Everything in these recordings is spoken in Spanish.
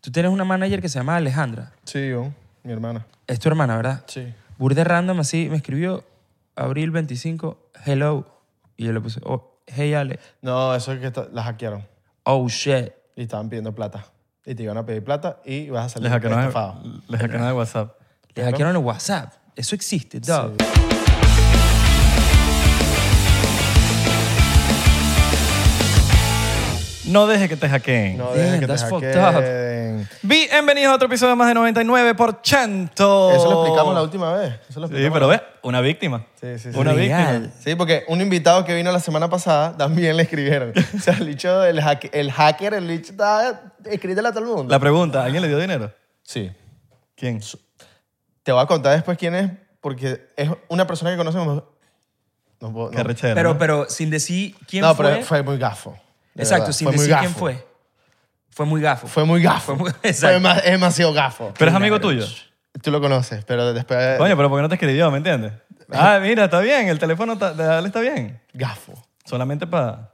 Tú tienes una manager que se llama Alejandra. Sí, yo, mi hermana. Es tu hermana, ¿verdad? Sí. Burde random así me escribió abril 25, hello. Y yo le puse, oh, hey Ale. No, eso es que ta- la hackearon Oh shit. y estaban pidiendo plata. Y te iban a pedir plata y vas a salir Les hackearon estafado. el- les hackearon el WhatsApp. Les hackearon el WhatsApp. Eso existe, dog. No deje que te hackeen. No dejes Damn, que te that's fucked hackeen. Bienvenidos a otro episodio más de 99%. Eso lo explicamos la última vez. Eso lo Oh. Sí, explicamos. pero ve, una víctima. Sí, sí, sí. Una Legal. víctima. Sí, porque un invitado que vino la semana pasada también le escribieron. O sea, el bicho, el, hack- el hacker, el bicho estaba escribiéndole a todo el mundo. La pregunta, ¿alguien le dio dinero? Sí. ¿Quién? Te voy a contar después quién es, porque es una persona que conocemos. No puedo. no. Qué rechera, Pero, ¿no? pero sin decir quién No, fue. pero fue muy gafo. de Exacto, verdad. sin Fue muy decir quién gafo. fue. Fue muy gafo. Fue muy gafo. Fue muy- Fue exacto. dema- es demasiado gafo. Pero es amigo tuyo. Tú lo conoces, pero después. Coño, pero ¿por qué no te escribió? ¿Me entiendes? Ah, mira, está bien. El teléfono está- de Ale está bien. Gafo. Solamente para...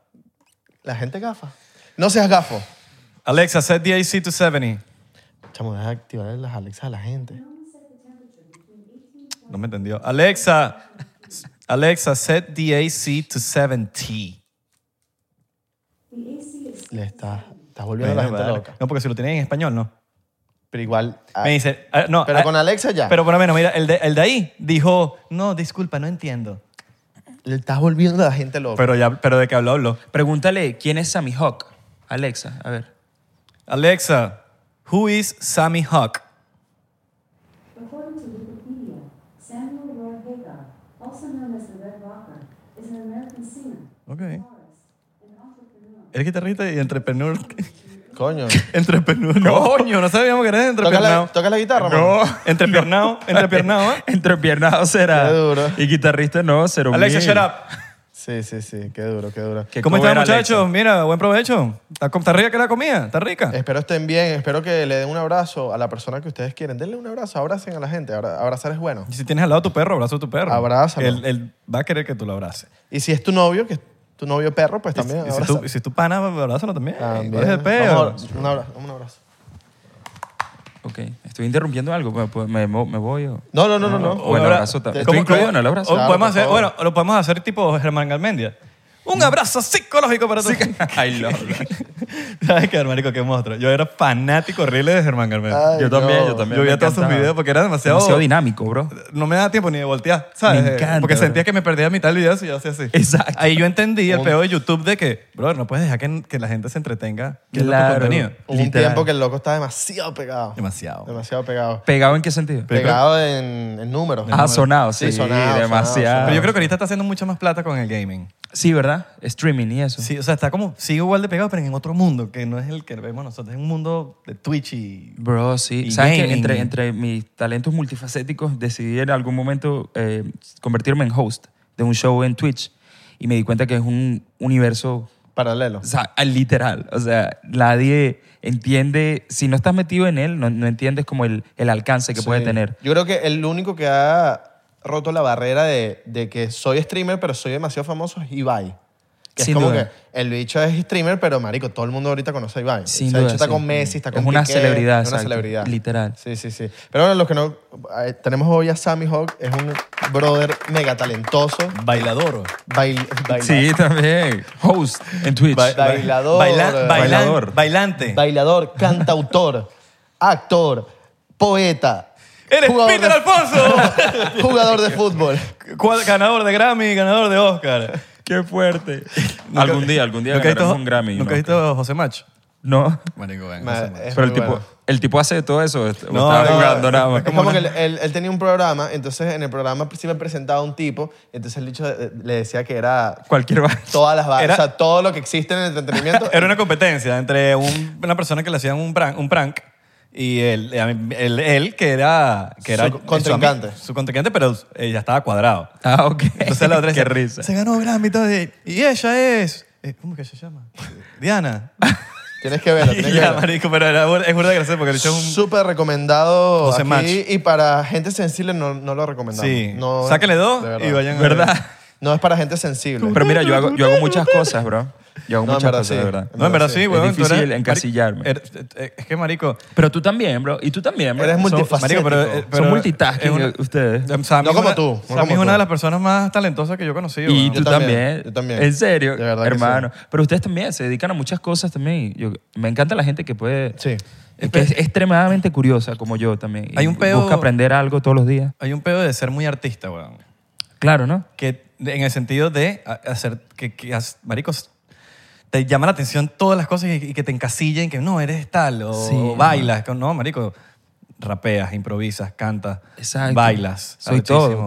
La gente gafa. No seas gafo. Alexa, set the AC to 70. Chamo, deja de activar las Alexas a la gente. No me entendió. Alexa, Alexa, set the AC to 70. Le estás estás volviendo a la gente Bueno, vale. loca. No, porque si lo tienen en español, no. Pero igual. ah, Me dice, ah, no. pero ah, con Alexa ya. Pero por lo menos, mira, el de, el de ahí dijo, no, disculpa, no entiendo. Le estás volviendo a la gente loca. Pero ya, pero de qué habló, habló. Pregúntale quién es Sammy Hawk. Alexa, a ver. Alexa, who is Sammy Hawk? According to Wikipedia, Samuel Roy Hagar, also known as the Red Rocker, is an American singer, Ok. artist, and entrepreneur. Eres guitarrista y entrepreneur. Coño. entrepreneur. Coño, no sabíamos que eres ¿Tocas la, entrepreneur. tocas la guitarra, No. mano? Entrepiernao, entrepiernao, ¿eh? Entrepiernado será. Qué duro. Y guitarrista no, cero Alexa, mil. shut up. Sí, sí, sí. Qué duro, qué duro. Qué ¿Cómo están, cobra, Alexa. muchachos? Mira, buen provecho. ¿Está com- está rica que la comida? ¿Está rica? Espero estén bien. Espero que le den un abrazo a la persona que ustedes quieren. Denle un abrazo. Abracen a la gente. Abra- Abrazar es bueno. Y Si tienes al lado tu perro, abraza a tu perro. Abrázalo. Él, él va a querer que tú lo abraces. Y si es tu novio, que es tu novio perro, pues también Y si, abraza. tú, y si tu pana, abrázalo también. También. ¿Cuál es el Vamos a peo? abra- Un abrazo, un abrazo. Ok, estoy interrumpiendo algo. ¿Me, puedo- me, mo- me voy o...? No, no, no, no. no. O el Ahora, abrazo también. ¿cómo Estoy incluido que- en el abrazo. o Claro, podemos por hacer, favor. bueno, lo podemos hacer tipo Germán Galmendia. Un abrazo psicológico para todos. I love that. ¿Sabes qué, marico? Qué monstruo. Yo era fanático horrible de Germán Galmendia. Ay, Yo también, no. yo también. me Yo veía todos sus encantaba. videos porque era demasiado... Demasiado dinámico, bro. no me daba tiempo ni de voltear, ¿sabes? Eh, Me encanta, Porque bro. sentía que me perdía mitad del video si yo hacía así. Exacto. Ahí yo entendí el Un- peo de YouTube de que, bro, no puedes dejar que, que la gente se entretenga viendo Claro. tu contenido. Hubo un Literal. tiempo que el loco estaba demasiado pegado. Demasiado. Demasiado pegado. ¿Pegado en qué sentido? Pero- Pegado en, en números. Ah, sonado, sí, Sí, sonado, sonado, demasiado. sonado. Pero yo creo que ahorita está haciendo mucha más plata con el gaming. Sí, ¿verdad? Streaming y eso. Sí, o sea, está como, sigue igual de pegado, pero en otro mundo, que no es el que vemos nosotros, es un mundo de Twitch y... Bro, sí. Y ¿Sabes que gaming. entre, entre mis talentos multifacéticos decidí en algún momento eh, convertirme en host de un show en Twitch y me di cuenta que es un universo Paralelo. o sea, literal. O sea, nadie entiende, si no estás metido en él, no, no entiendes como el, el alcance que puede Sí. tener. Yo creo que el único que ha roto la barrera de, de que soy streamer, pero soy demasiado famoso es Ibai. Que Sin es como duda. que el bicho es streamer, pero marico, todo el mundo ahorita conoce a Ibai. Sin o sea, el duda, bicho está sí. con Messi, está Es con una Piqué, celebridad, Es una exacto. celebridad. Literal. Sí, sí, sí. Pero bueno, los que no... eh, tenemos hoy a Sammy Hawk, es un brother mega talentoso. Bailador. Bail, baila- Sí, también. Host en Twitch. Ba- bailador. Bailador. Bailante. Bailador, cantautor, actor, poeta. ¡Eres jugador Peter de- Alfonso! Jugador de fútbol. Cuad- ganador de Grammy, ganador de Oscar. Qué fuerte. algún día, algún día Nunca he ganaremos visto- un Grammy. ¿Nunca he ¿no? visto José Mach? No. Marico, ven, Ma- José Mach. es Pero el muy tipo, bueno. el tipo hace de todo eso. o está- o No, está no, jugando nada más. Es como que él, él- él tenía un programa, entonces en el programa siempre presentaba a un tipo, entonces el dicho eh, le decía que era Cualquier vaina. todas las Era- barras, o sea, todo lo que existe en el entretenimiento. Era una competencia entre un- una persona que le hacían un prank, un prank y él, él, él, que era... Que era Su contrincante. Su, contrincante, pero eh, ya estaba cuadrado. Ah, ok. Entonces la otra Qué decía, risa. Se ganó Grammy y todo, y- Y ella es... eh, ¿Cómo que se llama? Diana. tienes que verlo, Y tienes que ya, verlo. marico, pero era bur- es burda de gracioso porque el bicho es un... Súper recomendado José aquí Mach. y para gente sensible no, no lo recomendamos. Sí. No, Sáquenle dos de y vayan a ¿Verdad? ver. No es para gente sensible. Pero mira, yo hago, yo hago muchas cosas, bro. Yo hago No, en muchas verdad cosas, sí. de verdad. No, en verdad sí, Es weón. tú eres- difícil mari- encasillarme. eres- eh, Es que, marico. Pero tú también, bro. Y tú también, bro. Eres Son- multifacético. Marico, pero, eh, pero Son multitasking eh, es una- ustedes. Eh, o sea, a mí No es como una- tú, no o sea, a mí como es tú. una de las personas más talentosas que yo he conocido. Y weón. tú Yo también, también, yo también. En serio, De verdad que hermano. Pero ustedes también se dedican a muchas cosas también. Yo, me encanta la gente que puede... Sí. Es que es extremadamente curiosa, como yo también. y Hay un pedo- Busca aprender algo todos los días. Hay un pedo de ser muy artista, weón. Claro, ¿no? Que, de- en el sentido de a- hacer que, que as- maricos te llama la atención todas las cosas y, y que te encasillen que no eres tal o, Sí, o bailas que no marico rapeas improvisas cantas Exacto. bailas Soy arrechísimo.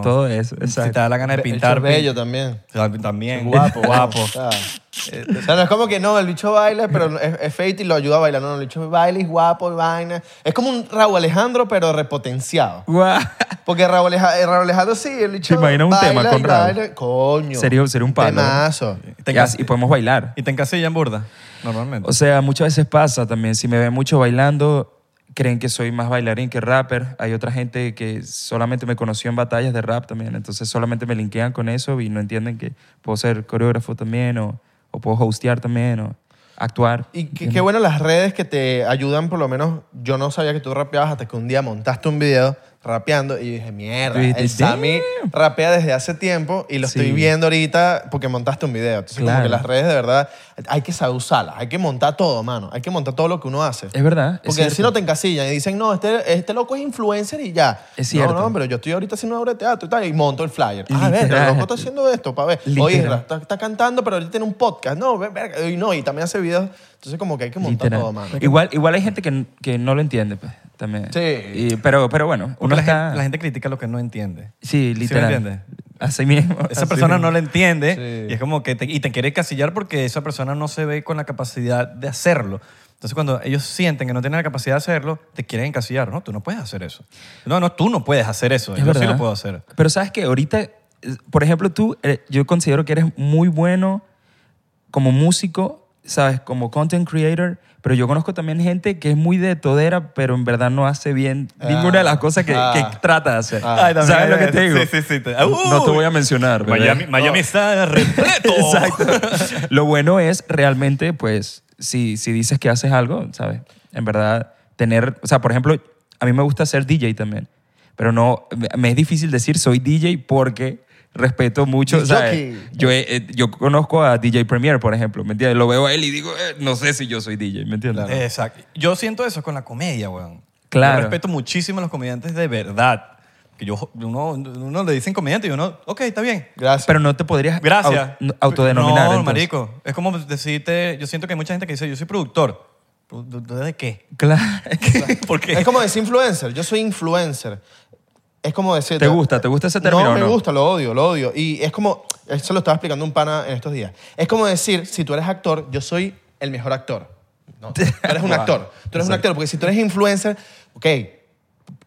todo, todo eso, si exacto. te da la gana de pintar bello también. pin- o sea, también Guapo, guapo O sea, eh, o sea, no es como que no, el bicho baila, pero es, es feito y lo ayuda a bailar. No, no, el bicho baila y es guapo y vaina. Es como un Raúl Alejandro, pero repotenciado. Guau. Porque Raúl, Aleja- eh, Raúl Alejandro sí, el bicho. ¿Te imaginas un baila tema y con Raúl? baila. Coño. Sería- sería un palo. Temazo. Te Y encas- así- y podemos bailar. y te encasillan burda normalmente O sea, muchas veces pasa también, si me ven mucho bailando, creen que soy más bailarín que rapper. Hay otra gente que solamente me conoció en batallas de rap también, entonces solamente me linkean con eso y no entienden que puedo ser coreógrafo también o, o puedo hostear también o actuar. Y qué, qué bueno las redes que te ayudan, por lo menos yo no sabía que tú rapeabas hasta que un día montaste un video rapeando y dije, mierda, Y dijiste, el Sammy "Damn". rapea desde hace tiempo y lo Sí. estoy viendo ahorita porque montaste un video. Entonces, como Claro. que las redes de verdad hay que saber usarlas, hay que montar todo, mano, hay que montar todo lo que uno hace. Es verdad. es porque si cierto. no te encasillan y dicen, no, este, este loco es influencer y ya. Es cierto. No, no, pero yo estoy ahorita haciendo una obra de teatro y tal, y monto el flyer. Ah, A ver, el Literal. loco está haciendo esto, para ver. Oye, Literal. está, está cantando, pero ahorita tiene un podcast. No, ve- verga, y no, y también hace videos. Entonces, como que hay que montar Literal. todo, mano. Igual, igual hay gente que, n- que no lo entiende, pues, también. Sí. Y- pero, pero bueno, Porque uno la, está... gente, la gente critica lo que no entiende Sí, me literal. entiendes? Así mismo. esa así persona mismo. no la entiende Sí. y es como que te, y te quiere encasillar porque esa persona no se ve con la capacidad de hacerlo. Entonces cuando ellos sienten que no tienen la capacidad de hacerlo, te quieren encasillar. No, tú no puedes hacer eso. No, no, tú no puedes hacer eso. Es Yo sí verdad. lo puedo hacer. Pero sabes que ahorita, eh, por ejemplo, tú, eh, yo considero que eres muy bueno como músico, ¿sabes? Como content creator, pero yo conozco también gente que es muy de todera, pero en verdad no hace bien ninguna de las cosas que, ah. que trata de hacer. Ah. Ay, también ¿Sabes hay lo que de te eso. digo? Sí, sí, sí. Te- ¡Uh! No te Uy. voy a mencionar. bebé. Miami, Miami está repleto. Exacto. Lo bueno es realmente, pues, si, si dices que haces algo, ¿sabes? En verdad, tener, o sea, por ejemplo, a mí me gusta ser DJ también, pero no, me- me es difícil decir soy DJ porque respeto mucho, Disc ¿sabes? jockey. Yo, he- eh, yo conozco a DJ Premier, por ejemplo, ¿me entiendes? Lo veo a él y digo, eh, no sé si yo soy DJ, ¿me entiendes? Eh, Exacto. Yo siento eso con la comedia, weón. Claro. Yo respeto muchísimo a los comediantes de verdad. Que yo, uno, uno le dicen comediante y uno, ok, está bien. Gracias. Pero no te podrías Gracias. au- autodenominar. No, entonces. marico. Es como decirte, yo siento que hay mucha gente que dice, yo soy productor. ¿Productor de qué? Claro. ¿Por qué? Es como decir influencer. Yo soy influencer. Es como decir. ¿Te gusta? ¿Te gusta ese término No, o me no? gusta, lo odio, lo odio. Y es como. Eso lo estaba explicando un pana en estos días. Es como decir, si tú eres actor, yo soy el mejor actor. No, tú eres un actor. Tú eres un actor. Porque si tú eres influencer, ok,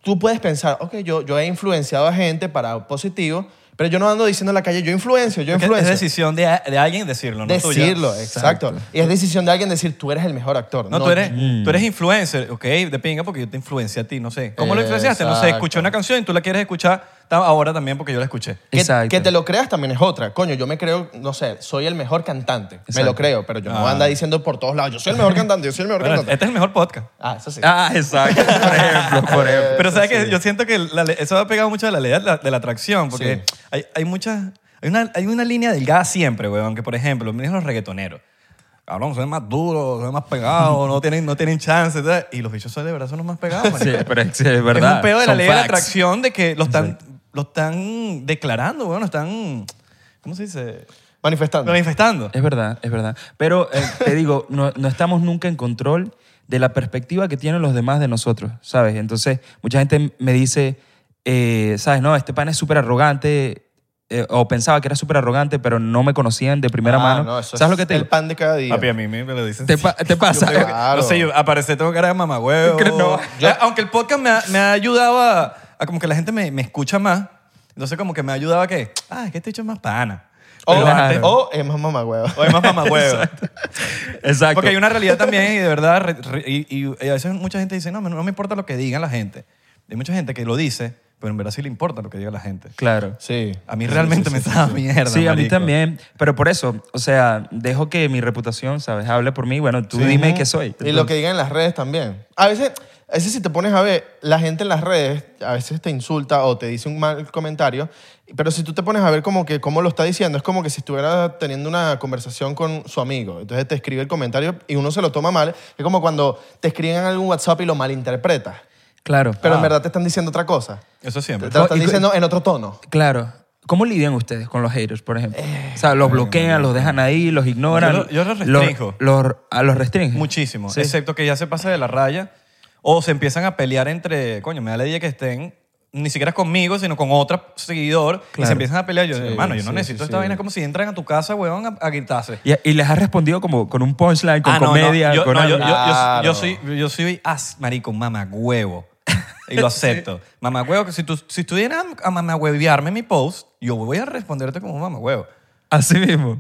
tú puedes pensar, ok, yo, yo he influenciado a gente para positivo, pero yo no ando diciendo en la calle, yo influencio, yo Porque influencio. es decisión de, de alguien decirlo, no tuya. Decirlo, eh. exacto. Y es decisión de alguien decir, tú eres el mejor actor. No, tú, eres, tú eres influencer, ok, de pinga porque yo te influencié a ti, no sé. ¿Cómo lo influenciaste? No sé, Exacto. escuché una canción y tú la quieres escuchar ta- ahora también porque yo la escuché. Que, Exacto. que te lo creas también es otra. Coño, yo me creo, no sé, soy el mejor cantante. Me lo Exacto. Ah. creo, pero yo no ando diciendo por todos lados, yo soy el mejor cantante, yo soy el mejor Bueno, cantante. este es el mejor podcast. Ah, eso sí. Ah, exacto. Por ejemplo, por ejemplo. Pero sabes que yo siento que la le- eso ha pegado mucho a la ley de la, de la atracción, porque hay, hay muchas. Hay una, hay una línea delgada siempre, weón, que por ejemplo, miren los reggaetoneros. Cabrón, son más duros, son más pegados, no tienen, no tienen chance. ¿sabes? Y los bichos son de verdad son los más pegados, Sí, marico. pero es, es verdad. Es un pedo de la son ley de la facts. atracción de que lo están, lo están declarando, weón, lo están. ¿Cómo se dice? Manifestando. Manifestando. Es verdad, es verdad. Pero eh, te digo, no, no estamos nunca en control de la perspectiva que tienen los demás de nosotros, ¿sabes? Entonces, mucha gente me dice, eh, ¿sabes? No, este pan es súper arrogante. eh, o pensaba que era súper arrogante, pero no me conocían de primera Ah, mano. no, eso ¿Sabes es lo que te El digo? pan de cada día. Papi, a mí me me lo dicen. Te, pa- te pasa. Yo tengo- Claro. No sé, yo aparece, tengo cara de mamagüeo. Que no. Yo- Aunque el podcast me ha, me ha ayudado a, a como que la gente me, me escucha más. Entonces como que me ha ayudado a que, ah, es que este hecho es más pana. O, Pero antes- o es más mamagüeo. O es más mamagüeo. Exacto. Porque hay una realidad también y de verdad, re- re- y, y- y a veces mucha gente dice, no, no me importa lo que digan la gente. Hay mucha gente que lo dice, pero en verdad sí le importa lo que diga la gente. Claro. Sí. A mí realmente me Ah, estaba mierda. Sí, a mí marico. también. Pero por eso, o sea, dejo que mi reputación, ¿sabes? Hable por mí. Bueno, tú Sí. dime Ujú. qué soy. Y lo que digan en las redes también. A veces, a veces si te pones a ver, la gente en las redes a veces te insulta o te dice un mal comentario, pero si tú te pones a ver como que cómo lo está diciendo, es como que si estuviera teniendo una conversación con su amigo. Entonces te escribe el comentario y uno se lo toma mal. Es como cuando te escriben en algún WhatsApp y lo malinterpretas. Claro. Pero Ah. en verdad te están diciendo otra cosa. Eso Te siempre. te lo están Y- diciendo en otro tono. Claro. ¿Cómo lidian ustedes con los haters, por ejemplo? o sea, los bloquean, los dejan ahí, los ignoran. Eh, Yo lo- yo los restrinjo. Los, los- a los restringen. Muchísimo. Sí. Excepto que ya se pasa de la raya o se empiezan a pelear entre, coño, me da la idea que estén ni siquiera conmigo, sino con otro seguidor y Claro. se empiezan a pelear. Yo, hermano, yo no sí, sí, necesito esta sí. vaina. Es como si entran a tu casa, weón, a, a gritarse. Y, y les has respondido como con un punchline, con Ah, no, no, comedia, yo, con no, yo, algo. yo- yo- Claro. yo soy, yo soy as, marico, un mamagüevo. Y lo acepto. Mamagüevo, que si tú, si tú vienes a, a mamagüevearme mi post, yo voy a responderte como un mamagüevo. Así mismo.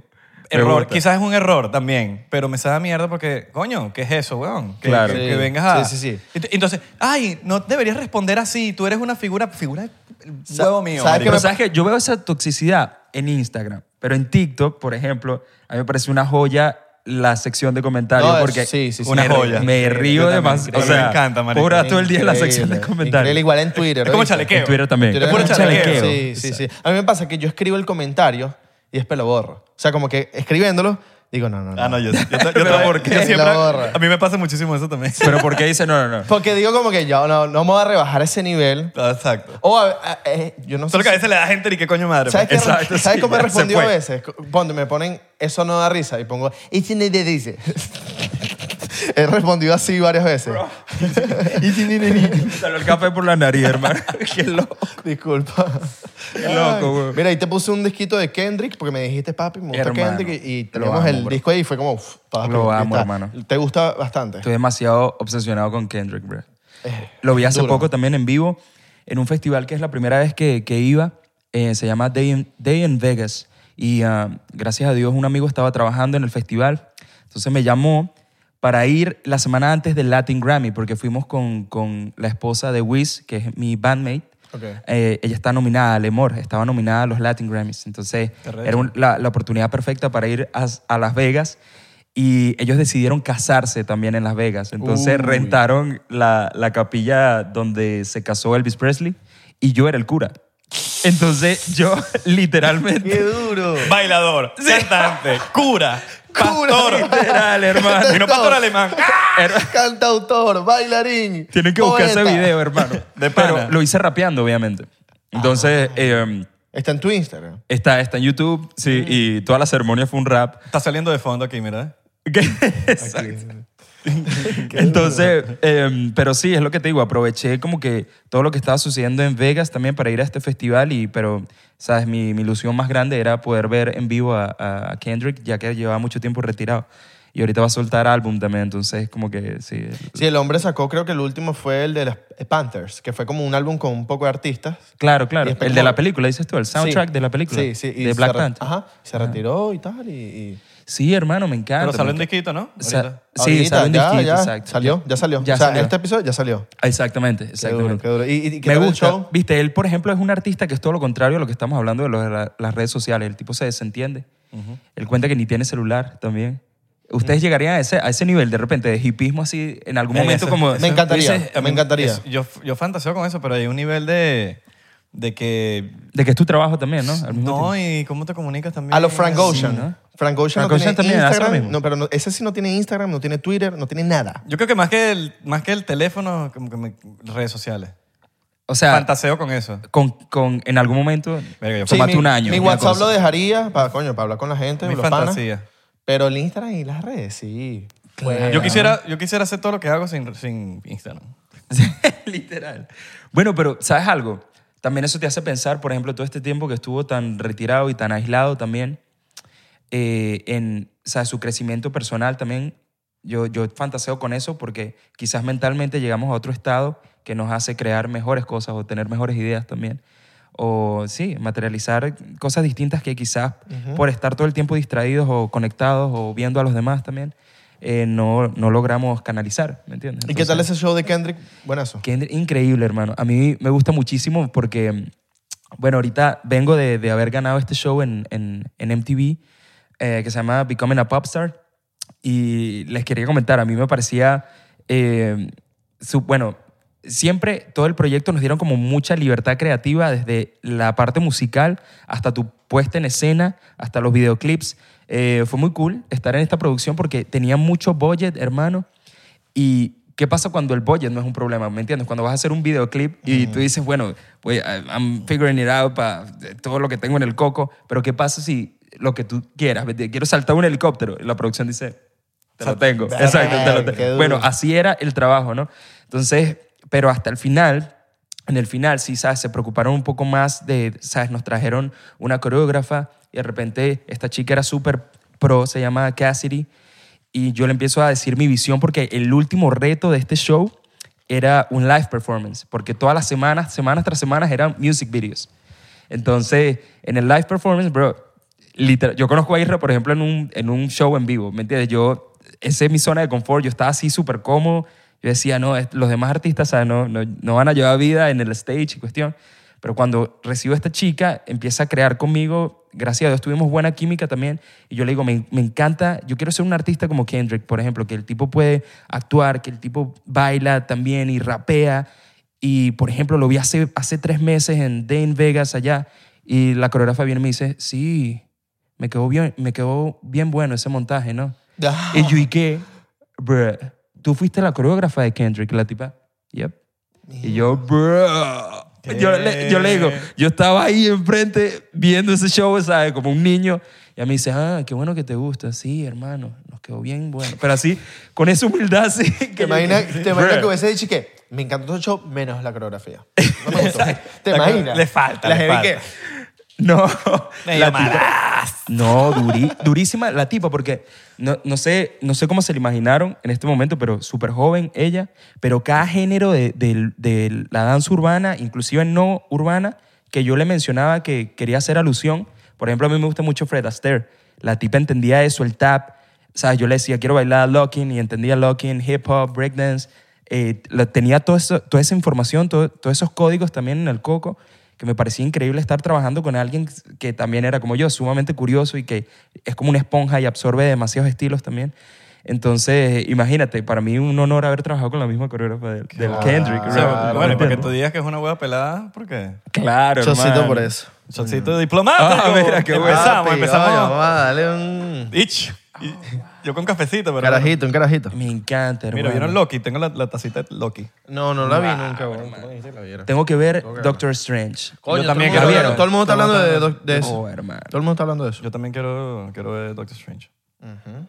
Me Error, gusta. quizás es un error también, pero me sabe a mierda porque, coño, ¿qué es eso, weón? Que, Claro. que, Sí. que vengas a... Sí, sí, Ent- Entonces, ay, no deberías responder así, tú eres una figura, figura, Sa- huevo mío. ¿sabes marico. Pero me- sabes que yo veo esa toxicidad en Instagram, pero en TikTok, por ejemplo, a mí me parece una joya la sección de comentarios No, es- porque sí, sí, sí. me Una ri- joya. me río Yo de también, más o increíble. sea Me encanta, marico. pura todo el día en la Increíble, sección de increíble, comentarios igual en Twitter. Es como ¿oíste? chalequeo. en Twitter también Twitter Es puro Un chalequeo. Sí, sí, sí. A mí me pasa que yo escribo el comentario y después lo borro. O sea, como que escribiéndolo, digo, no, no, no. Ah, no, yo, yo, yo- yo- ¿por yo qué? siempre- La borra. a mí me pasa muchísimo eso también. pero porque dice no no no Porque digo como que yo no, no me voy a rebajar ese nivel. Exacto. O a, a- eh, yo no sé. Solo que a si- veces le da gente y qué coño madre. pues. ¿Sabes, qué- pues. Exacto, ¿sabes sí, cómo he ya se respondido a fue. veces? Ponte, me ponen, eso no da risa. Y pongo, y si ni te dice. he respondido así varias veces. y si ni te dice. salió el café por la nariz hermano qué loco Disculpa. Qué Ay, loco, güey. Mira, ahí te puse un disquito de Kendrick porque me dijiste, papi, me gusta Hermano, Kendrick. Y, y lo tenemos amo, el bro. disco ahí y fue como, "Uf, papi, Lo ahí amo, está". hermano. Te gusta bastante. Estoy demasiado obsesionado con Kendrick, bro. Lo vi hace duro. poco también en vivo, en un festival que es la primera vez que, que iba. eh, se llama Day in, Day in Vegas. Y ah, gracias a Dios un amigo estaba trabajando en el festival. Entonces me llamó para ir la semana antes del Latin Grammy, porque fuimos con, con la esposa de Wiz, que es mi bandmate. Ok. Eh, ella está nominada al Emor, estaba nominada a los Latin Grammys. Entonces, Qué recho. era un- la, la oportunidad perfecta para ir a, a Las Vegas. Y ellos decidieron casarse también en Las Vegas. Entonces, Uy. rentaron la, la capilla donde se casó Elvis Presley y yo era el cura. Entonces, yo ¡Qué literalmente. duro! Bailador, cantante, cura, pastor. Literal, hermano. Y no pastor alemán. Era- Cantautor, bailarín. Tienen que buscar ese poeta. video, hermano. De pana. Pero lo hice rapeando, obviamente. Entonces, eh, Está en tu Instagram. está, está en YouTube, sí, y toda la ceremonia fue un rap. Está saliendo de fondo aquí, mira. ¿eh? ¿Qué? Exacto. Entonces, em, pero sí, es lo que te digo, aproveché como que todo lo que estaba sucediendo en Vegas también para ir a este festival, y, pero, ¿sabes? Mi, mi ilusión más grande era poder ver en vivo a, a- a Kendrick, ya que llevaba mucho tiempo retirado. Y ahorita va a soltar álbum también, entonces como que sí. Sí, el hombre sacó, creo que el último fue el de las Panthers, que fue como un álbum con un poco de artistas. Claro, claro. El Y después de como- la película, dices tú, el soundtrack Sí. de la película. Sí, sí. y Ah. De se Black re- Panther. Ajá, se retiró y tal. Y, y- Sí, hermano, me encanta. Pero me salió un disquito, ¿no? O sea, Ahorita. Sí, Ahorita, salió un ya, disquito, ya, exacto. Salió, ya salió. Ya o sea, salió. este episodio ya salió. Exactamente, Qué duro, exactamente. qué duro. ¿Y, y- y qué me tal el gusta. show? Viste, él, por ejemplo, es un artista que es todo lo contrario a lo que estamos hablando de, lo de la- las redes sociales. El tipo se desentiende. Él cuenta que ni tiene celular también. Ustedes llegarían a ese, a ese nivel de repente de hipismo así en algún Eh, momento eso- como... Me encantaría, dices, me encantaría. Es- yo, yo fantaseo con eso, pero hay un nivel de, de que... de que es tu trabajo también, ¿no? Al mismo No, tiempo. y cómo te comunicas también. A los Frank Ocean. Sí, ¿no? Frank Ocean Frank no Ocean tiene también hace lo Instagram. mismo. No, pero no- ese sí no tiene Instagram, no tiene Twitter, no tiene nada. Yo creo que más que el, más que el teléfono, como que me- redes sociales. O sea, fantaseo con eso. con, con, en algún momento... Verga, yo- Sí, Tómate mi, un año, Mi una WhatsApp cosa. lo dejaría para, coño, para hablar con la gente, Mi los panas. fantasía. Pero el Instagram y las redes, sí. Eh, Yo quisiera, yo quisiera hacer todo lo que hago sin, sin Instagram. Literal. Bueno, pero ¿sabes algo? También eso te hace pensar, por ejemplo, todo este tiempo que estuvo tan retirado y tan aislado también, eh, en o sea, su crecimiento personal también. Yo, yo fantaseo con eso porque quizás mentalmente llegamos a otro estado que nos hace crear mejores cosas o tener mejores ideas también. O sí, materializar cosas distintas que quizás por estar todo el tiempo distraídos o conectados o viendo a los demás también, eh, no, no logramos canalizar, ¿me entiendes? ¿Y qué tal Entonces- ese show de Kendrick? Buenazo. Kendrick, increíble, hermano. A mí me gusta muchísimo porque, bueno, ahorita vengo de, de haber ganado este show en, en, en MTV eh, que se llama Becoming a Popstar. Y les quería comentar, a mí me parecía, eh, su- bueno, siempre todo el proyecto nos dieron como mucha libertad creativa, desde la parte musical hasta tu puesta en escena, hasta los videoclips. Eh, fue muy cool estar en esta producción porque tenía mucho budget, hermano. ¿Y qué pasa cuando el budget no es un problema? ¿Me entiendes? Cuando vas a hacer un videoclip y tú dices, bueno, pues I- I'm figuring it out para todo lo que tengo en el coco, pero ¿qué pasa si lo que tú quieras, ¿me entiendes? quiero saltar un helicóptero? Y la producción dice, te lo tengo. Verga, Exacto, te lo tengo. qué duro. Bueno, así era el trabajo, ¿no? Entonces, pero hasta el final, en el final, sí, ¿sabes? Se preocuparon un poco más de, ¿sabes? Nos trajeron una coreógrafa y de repente esta chica era súper pro, se llamaba Cassidy, y yo le empiezo a decir mi visión porque el último reto de este show era un live performance, porque todas las semanas, semanas tras semanas, eran music videos. Entonces, en el live performance, bro, literal, yo conozco a Isra, por ejemplo, en un, en un show en vivo, ¿me entiendes? Yo, esa es mi zona de confort, yo estaba así súper cómodo, yo decía, no, es- los demás artistas, ¿sabes? No, no, no van a llevar vida en el stage y cuestión. Pero cuando recibo a esta chica, empieza a crear conmigo, gracias a Dios tuvimos buena química también, y yo le digo, me, me encanta, yo quiero ser un artista como Kendrick, por ejemplo, que el tipo puede actuar, que el tipo baila también y rapea, y por ejemplo, lo vi hace, hace tres meses en Dane Vegas allá. Y la coreógrafa viene y me dice, sí, me quedó bien, me quedó bien bueno ese montaje, ¿no? Ah, Y yo, ¿y qué? Bruh, tú fuiste la coreógrafa de Kendrick, la tipa. Yep. Y yo, bruh. Yo le, yo le digo, yo estaba ahí enfrente viendo ese show, ¿sabes? Como un niño. Y a mí dice, ah, qué bueno que te gusta. Sí, hermano, nos quedó bien bueno. Pero así, con esa humildad, sí. que ¿Te yo- imaginas, te imaginas Bruh. que hubiese dicho que me encantó el show menos la coreografía? No me gustó. ¿Te La- imaginas? le falta, La le gente falta. que- No. Medio la tipa- malas. No, duri- durísima la tipa, porque no, no, sé, no sé cómo se la imaginaron en este momento, pero súper joven ella, pero cada género de, de- de la danza urbana, inclusive no urbana, que yo le mencionaba que quería hacer alusión, por ejemplo, a mí me gusta mucho Fred Astaire, la tipa entendía eso, el tap, ¿sabes? Yo le decía, quiero bailar locking y entendía locking, hip hop, breakdance. Eh, la- tenía todo eso- toda esa información, todo- todos esos códigos también en el coco, que me parecía increíble estar trabajando con alguien que también era como yo, sumamente curioso y que es como una esponja y absorbe demasiados estilos también. Entonces, imagínate, para mí un honor haber trabajado con la misma coreógrafa del, del Kendrick. O sea, ¿no? bueno, ¿Me para que tú entiendes? digas que es una hueá pelada, ¿por qué? Claro, Chocito hermano. por eso. Chocito diplomático. Ah, mira, qué bueno. empezamos, Papi, oye, empezamos. vamos a darle un Ich. Y- Yo con cafecito, pero... carajito, un carajito. Me encanta, hermano. Mira, vieron Loki, tengo la, la tacita de Loki. No, no la vi nunca. weón. ¿Cómo dijiste que la viera? Tengo que ver Doctor Strange. Coño, Yo también todo el quiero mundo- verlo. Todo el mundo está hablando de, de eso. Oh, hermano. Todo el mundo está hablando de eso. Yo también quiero, quiero ver Doctor Strange.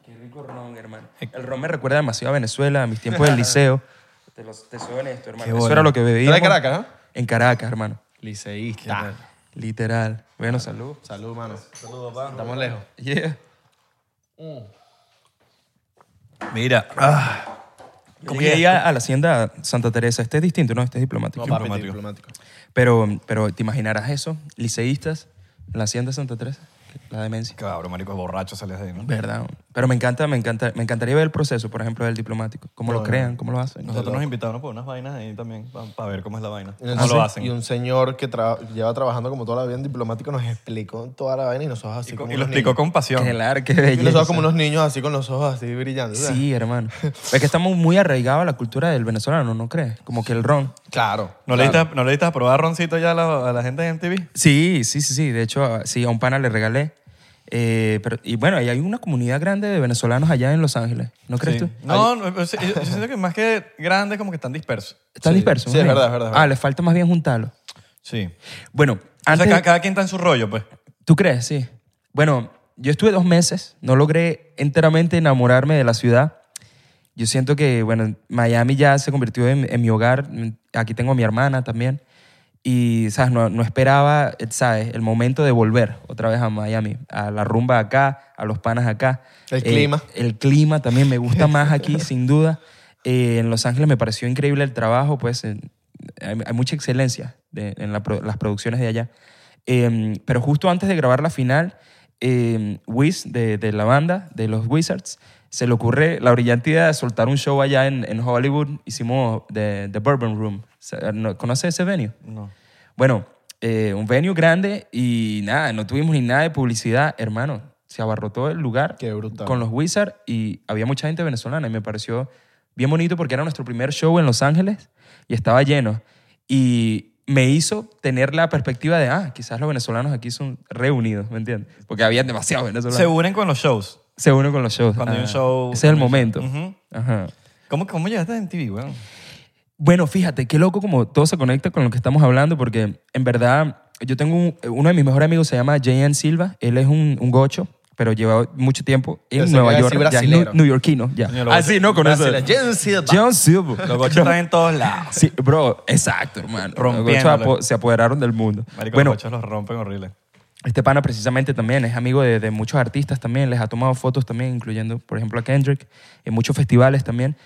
Qué rico ron, hermano. El ron me recuerda demasiado a Venezuela, a mis tiempos del liceo. Te, los, te soy honesto, hermano. Eso bola. era lo que bebía. Era de Caracas, ¿no? En Caracas, hermano. Liceísta. Literal. Bueno, salud. Salud, mano. Saludos, papá. Estamos lejos. Yeah. Mira, ah. Como llegué a, a la hacienda Santa Teresa. Este es distinto, ¿no? Este es diplomático. Papi, Diplomático. diplomático. Pero, pero ¿te imaginarás eso? Liceístas, en la hacienda Santa Teresa. La demencia. cabrón, marico, borracho salías de ahí, ¿no? Verdad. Pero me encanta, me encanta, me encantaría ver el proceso, por ejemplo, del diplomático. Cómo lo crean, cómo lo hacen. Nosotros nos invitaron por unas vainas ahí también, para ver cómo es la vaina. Y un- ¿Cómo lo Y hacen? un señor que tra- lleva trabajando como toda la vida en diplomático nos explicó toda la vaina y nosotros así como Y lo unos explicó niños. con pasión. Qué lar- qué Y nosotros belleza. como unos niños así con los ojos así brillando. ¿sabes? Sí, hermano. Es que estamos muy arraigados a la cultura del venezolano, ¿no crees? Como que el ron. Claro. ¿No le diste, ¿No le diste a probar roncito ya a la, a la gente de MTV? Sí, sí, sí, sí. De hecho, a- sí, a un pana le regalé. Eh, pero, y bueno, y hay una comunidad grande de venezolanos allá en Los Ángeles, ¿no crees Sí. tú? No, no, pues, yo, yo siento que más que grandes, como que están dispersos. Están dispersos. sí, es ¿no? verdad, es verdad, es Ah, verdad. les falta más bien juntarlo. Sí. Bueno, O sea, antes, cada, cada quien está en su rollo, pues. ¿tú crees? Sí. Bueno, yo estuve dos meses, no logré enteramente enamorarme de la ciudad. Yo siento que, bueno, Miami ya se convirtió en, en mi hogar. Aquí tengo a mi hermana también. Y, ¿sabes? No, no esperaba, ¿sabes? El momento de volver otra vez a Miami, a la rumba acá, a los panas acá. Eh, El clima. El clima también me gusta más aquí, sin duda. Eh, en Los Ángeles me pareció increíble el trabajo, pues en- hay, hay mucha excelencia de- en la pro- las producciones de allá. Eh, pero em, justo antes de grabar la final, eh, Wiz de, de la banda, de los Wizards, se le ocurre la brillante idea de soltar un show allá en, en Hollywood. Hicimos The, the Bourbon Room. Se- ¿no- ¿Conoces ese venue? No. Bueno, eh, un venue grande y nada, no tuvimos ni nada de publicidad, hermano. Se abarrotó el lugar Qué brutal. con los Wizards y había mucha gente venezolana y me pareció bien bonito porque era nuestro primer show en Los Ángeles y estaba lleno. Y me hizo tener la perspectiva de, ah, quizás los venezolanos aquí son reunidos, ¿me entiendes? Porque había demasiados venezolanos. Se unen con los shows. Se une con los shows. Cuando hay un Ah, show- Ese es el momento. Ujú. Ajá. ¿Cómo, cómo llegaste a MTV, weón? Ah, Bueno, fíjate, qué loco como todo se conecta con lo que estamos hablando, porque en verdad yo tengo un- uno de mis mejores amigos, se llama J.N. Silva, él es un, un gocho, pero lleva mucho tiempo en Pensé que Nueva iba a York, decir ya es brasilero. nu- neoyorquino, ya. Coño, lo Ah, gocho- sí, no, con eso. Gracias, Jen Silva. John Silva. Los gochos están en todos lados. Sí, bro, exacto, hermano. Los gochos Rompiéndola. apo- se apoderaron del mundo. Marico, bueno, los gochos los rompen horrible. este pana precisamente también es amigo de, de muchos artistas también, les ha tomado fotos también, incluyendo, por ejemplo, a Kendrick, en muchos festivales también.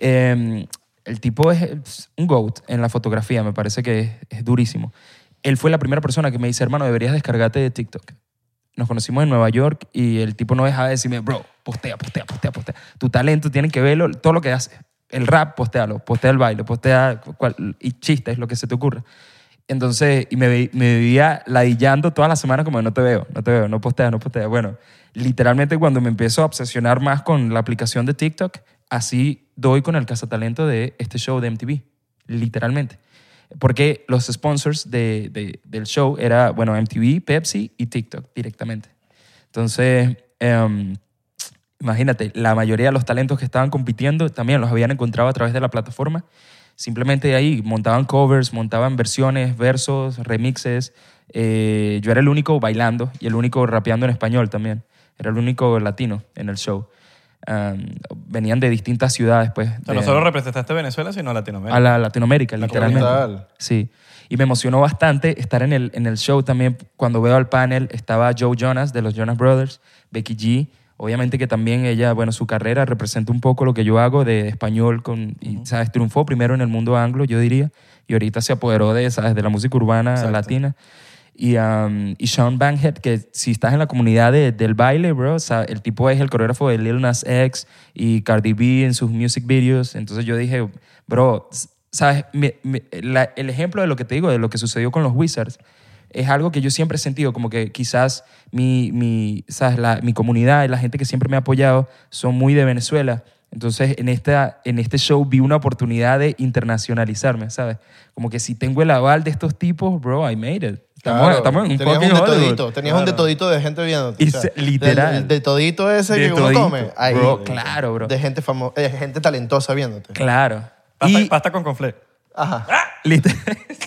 Eh, el tipo es, es un GOAT en la fotografía, me parece que es, es durísimo. Él fue la primera persona que me dice, hermano, deberías descargarte de TikTok. Nos conocimos en Nueva York y el tipo no dejaba de decirme, bro, postea, postea, postea, postea. Tu talento tienen que verlo, todo lo que haces. El rap, postéalo, postea el baile, postea cual- y chistes, lo que se te ocurra. Entonces, y me, vi- me vivía ladillando todas las semanas como no te veo, no te veo, no posteas, no posteas. Bueno, literalmente cuando me empiezo a obsesionar más con la aplicación de TikTok, así doy con el cazatalento de este show de MTV, literalmente. Porque los sponsors de- de- del show era, bueno, MTV, Pepsi y TikTok directamente. Entonces, em, imagínate, la mayoría de los talentos que estaban compitiendo también los habían encontrado a través de la plataforma. Simplemente ahí montaban covers, montaban versiones, versos, remixes. Eh, yo era el único bailando y el único rapeando en español también. Era el único latino en el show. Am, venían de distintas ciudades, pues. O sea, de- no solo representaste a Venezuela, sino a Latinoamérica. a la Latinoamérica, La literalmente. comunidad. Sí. Y me emocionó bastante estar en el, en el show también. Cuando veo al panel, estaba Joe Jonas de los Jonas Brothers, Becky G. Obviamente que también ella, bueno, su carrera representa un poco lo que yo hago de español con, y, ¿sabes? Triunfó primero en el mundo anglo, yo diría, y ahorita se apoderó de, ¿sabes? De la música urbana Exacto. latina. Y, um, y Sean Bankhead, que si estás en la comunidad de- del baile, bro, o sea, el tipo es el coreógrafo de Lil Nas X y Cardi B en sus music videos. Entonces yo dije, bro, s- ¿sabes? Mi- mi- la- el ejemplo de lo que te digo, de lo que sucedió con los Wizards, es algo que yo siempre he sentido, como que quizás mi, mi, ¿sabes? La- mi comunidad y la gente que siempre me ha apoyado son muy de Venezuela. Entonces, en, esta, en este show vi una oportunidad de internacionalizarme, ¿sabes? Como que si tengo el aval de estos tipos, bro, I made it. Estamos, Claro, estamos en un tenías fucking un de Hollywood. todito, tenías un de todito de gente viendo. Y se- literal. El de todito ese De que uno todito, come. Ahí, bro, claro, bro. De gente famosa, gente talentosa viéndote. Claro. Pasta, Y- pasta con conflé. Ajá. Liter-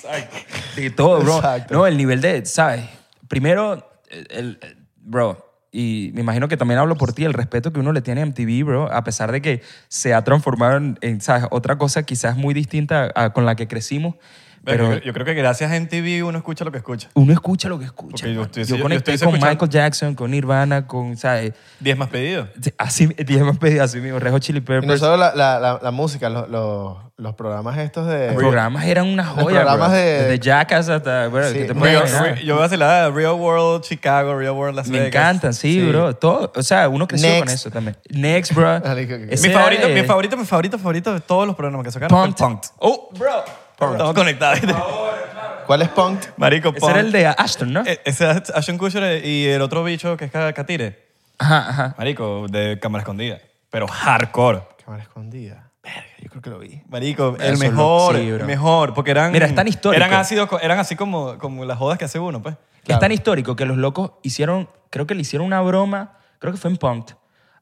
de todo, bro. Exacto. No, el nivel de, ¿sabes? Primero, el, el- bro, y me imagino que también hablo por ti, el respeto que uno le tiene a MTV, bro, a pesar de que se ha transformado en, en, ¿sabes? Otra cosa quizás muy distinta a- con la que crecimos, Pero, pero yo, yo creo que gracias a MTV uno escucha lo que escucha. uno escucha lo que escucha. Porque yo man. estoy- yo yo conecté estoy con escuchando- Michael Jackson, con Nirvana, con, ¿sabes? Diez más pedidos. Así, dije más pedido, así mismo, Rejo Chili Y no Peppers. solo la, la, la, la música, los, los, los programas estos de... Los programas eran una joya, programas bro. de- Desde Jackass hasta... bro, Sí. que te puedes Real- imaginar. re- yo voy a hacer la Real World Chicago, Real World Las Me Vegas. encantan, sí, bro. Todo, o sea, uno creció con Next. eso también. Next, bro. Marico, que- Ese Mi era favorito, de- mi favorito, mi favorito, favorito de todos los programas que sacaron Punk'd. fue Punk'd. Oh, bro. Estamos conectados. ¿Cuál es punk? Marico, Ese era el Punk'd. de Ashton, ¿no? E- Ese es Ashton Kutcher y el otro bicho que es Ka- Katire. Ajá, ajá. Marico, de cámara escondida. Pero hardcore. Cámara escondida. Verga, yo creo que lo vi. Marico, Eso el lo- mejor, sí, bro. el mejor, porque eran... Mira, es tan histórico. Eran ácidos, co- eran así como, como las jodas que hace uno, pues. Es tan histórico que los locos hicieron, creo que le hicieron una broma, creo que fue en Punk'd,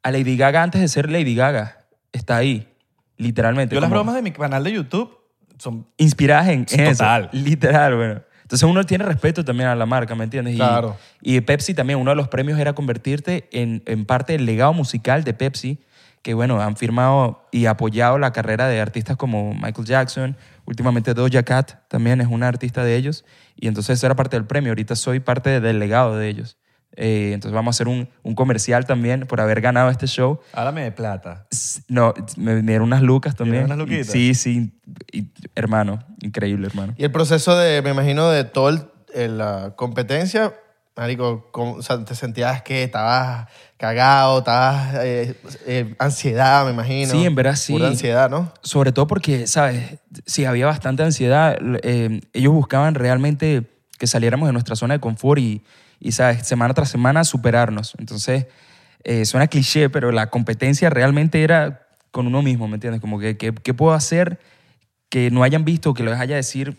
a Lady Gaga antes de ser Lady Gaga. Está ahí, literalmente. Yo las como bromas de mi canal de YouTube son... Inspiradas en, en eso. Total. Literal, bueno. Entonces uno tiene respeto también a la marca, ¿me entiendes? Y- Claro. Y Pepsi también, uno de los premios era convertirte en, en parte del legado musical de Pepsi, que bueno, han firmado y apoyado la carrera de artistas como Michael Jackson, últimamente Doja Cat también es una artista de ellos, y entonces eso era parte del premio, ahorita soy parte del legado de ellos. Eh, entonces vamos a hacer un, un comercial también por haber ganado este show. Háblame de plata. S- No, me dieron unas lucas también. unas luquitas? Sí, sí, y- hermano, increíble, hermano. Y el proceso de, me imagino, de toda la competencia Marico, ¿cómo? o sea, te sentías que estabas cagado, estabas eh, eh, ansiedad, me imagino. Sí, en verdad sí. Pura ansiedad, ¿no? Sobre todo porque, ¿sabes? Si había bastante ansiedad, eh, ellos buscaban realmente que saliéramos de nuestra zona de confort y, y ¿sabes? Semana tras semana superarnos. Entonces, eh, suena cliché, pero la competencia realmente era con uno mismo, ¿me entiendes? Como que, que- ¿qué puedo hacer que no hayan visto, que les haya decir,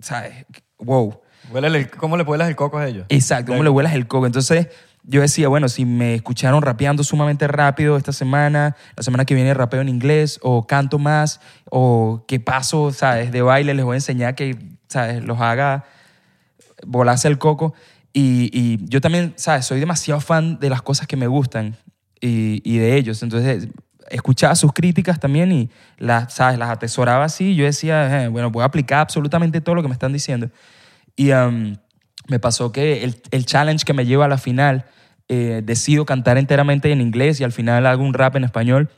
¿sabes? Wow. Huélele el- ¿Cómo le puelas el coco a ellos? Exacto, cómo le vuelas el coco. Entonces, yo decía, bueno, si me escucharon rapeando sumamente rápido esta semana, la semana que viene rapeo en inglés, o canto más, o que paso, ¿sabes? De baile, les voy a enseñar que, ¿sabes? Los haga volarse el coco. Y, y yo también, ¿sabes? Soy demasiado fan de las cosas que me gustan y, y de ellos. Entonces, escuchaba sus críticas también y las, ¿sabes? Las atesoraba así. Yo decía, "Eh, bueno, voy a aplicar absolutamente todo lo que me están diciendo. Y am, me pasó que el, el challenge que me lleva a la final, eh, decido cantar enteramente en inglés y al final hago un rap en español.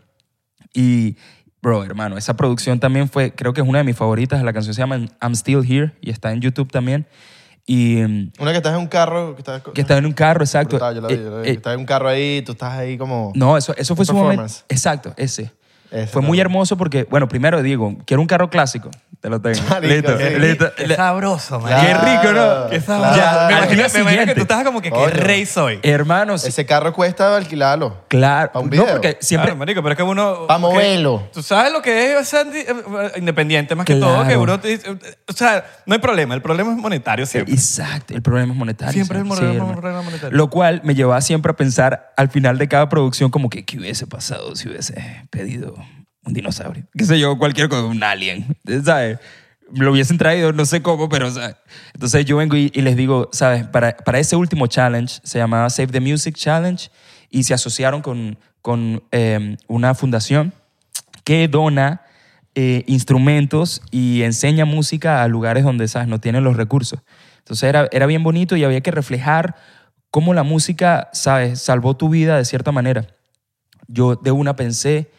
Y, bro, hermano, esa producción también fue, creo que es una de mis favoritas. La canción se llama I'm Still Here y está en YouTube también. Y mm, Una que estás en un carro, que estás... que está en un carro, exacto. Brutal, yo la vi, Eh, yo la vi. eh, estás en un carro ahí, tú estás ahí como... no, eso, eso fue Un sumamente... performance. Exacto, ese. Ese fue está muy bueno. hermoso porque, bueno, primero digo, quiero un carro clásico. Te lo tengo. Marico, listo, sí. listo. Qué sabroso, man. Claro, Qué rico, ¿no? Qué sabroso. Ya, me Al día imagino, me imagino que siguiente. Eh, tú estás como que qué Coño. rey soy. Hermanos, Ese carro cuesta alquilarlo. claro. pa' un No, video. porque siempre... Claro, marico, pero es que uno... Pa' que- moverlo. Tú sabes lo que es ser indi- eh, independiente más que Claro. todo, que uno... te- eh, O sea, no hay problema, el problema es monetario siempre. Exacto, el problema es monetario. Siempre es el problema- hermano. problema monetario. Lo cual me llevaba siempre a pensar al final de cada producción como que qué hubiese pasado si hubiese pedido un dinosaurio. Qué sé yo, cualquier cosa, un alien, ¿sabes? Lo hubiesen traído, no sé cómo, pero ¿sabes? Entonces yo vengo y, y les digo, ¿sabes? Para, para ese último challenge, se llamaba Save the Music Challenge y se asociaron con, con eh, una fundación que dona eh, instrumentos y enseña música a lugares donde ¿sabes? no tienen los recursos. Entonces era, era bien bonito y había que reflejar cómo la música ¿sabes? salvó tu vida de cierta manera. Yo de una pensé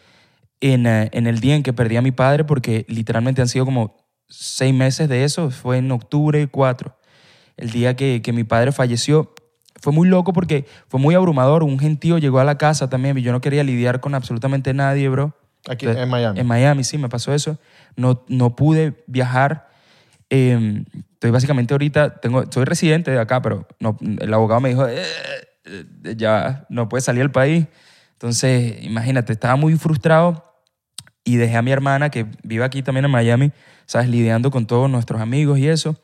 en, eh, en el día en que perdí a mi padre porque literalmente han sido como seis meses de eso, fue en octubre 4 el día que, que mi padre falleció. Fue muy loco porque fue muy abrumador. Un gentío llegó a la casa también y yo no quería lidiar con absolutamente nadie, bro. Aquí, en Miami. En Miami, sí, me pasó eso. No, no pude viajar. Eh, estoy básicamente ahorita, tengo, soy residente de acá, pero no, el abogado me dijo, "Eh, eh, ya no puedes salir del país. Entonces, imagínate, estaba muy frustrado y dejé a mi hermana que vive aquí también en Miami, ¿sabes? Lidiando con todos nuestros amigos y eso.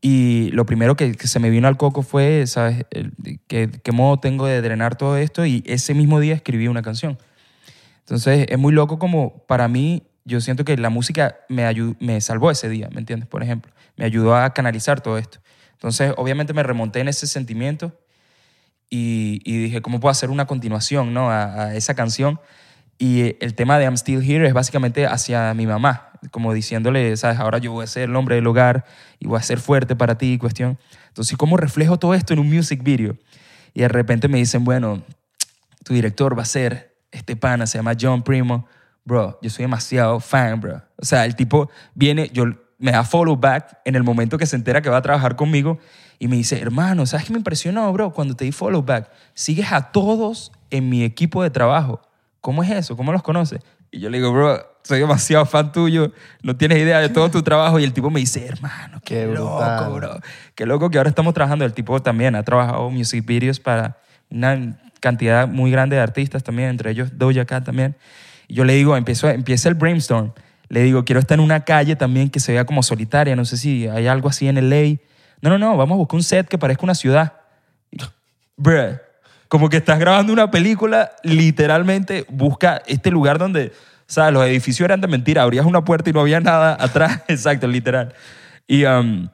Y lo primero que, que se me vino al coco fue, ¿sabes? El- ¿Qué, qué modo tengo de drenar todo esto? Y ese mismo día escribí una canción. Entonces, es muy loco como para mí, yo siento que la música me, ayu- me salvó ese día, ¿me entiendes? Por ejemplo, me ayudó a canalizar todo esto. Entonces, obviamente me remonté en ese sentimiento y, y dije, ¿cómo puedo hacer una continuación ¿no? a, a esa canción? Y eh, el tema de I'm Still Here es básicamente hacia mi mamá, como diciéndole, ¿sabes? Ahora yo voy a ser el hombre del hogar y voy a ser fuerte para ti, cuestión. Entonces, ¿cómo reflejo todo esto en un music video? Y de repente me dicen, bueno, tu director va a ser este pana, se llama John Primo. Bro, yo soy demasiado fan, bro. O sea, el tipo viene, yo me da follow back en el momento que se entera que va a trabajar conmigo y me dice, hermano, ¿sabes qué me impresionó, bro? Cuando te di follow back, sigues a todos en mi equipo de trabajo. ¿Cómo es eso? ¿Cómo los conoces? Y yo le digo, bro, soy demasiado fan tuyo, no tienes idea de todo tu trabajo. Y el tipo me dice, hermano, qué, Qué loco, brutal. bro. Qué loco que ahora estamos trabajando. El tipo también ha trabajado music videos para una cantidad muy grande de artistas también, entre ellos Doja Cat también. Y yo le digo, empiezo, empieza el brainstorm. Le digo, quiero estar en una calle también que se vea como solitaria. No sé si hay algo así en LA. No, no, no, vamos a buscar un set que parezca una ciudad. Bruh, como que estás grabando una película, literalmente busca este lugar donde, o sea, los edificios eran de mentira, abrías una puerta y no había nada atrás, exacto, literal. Y um,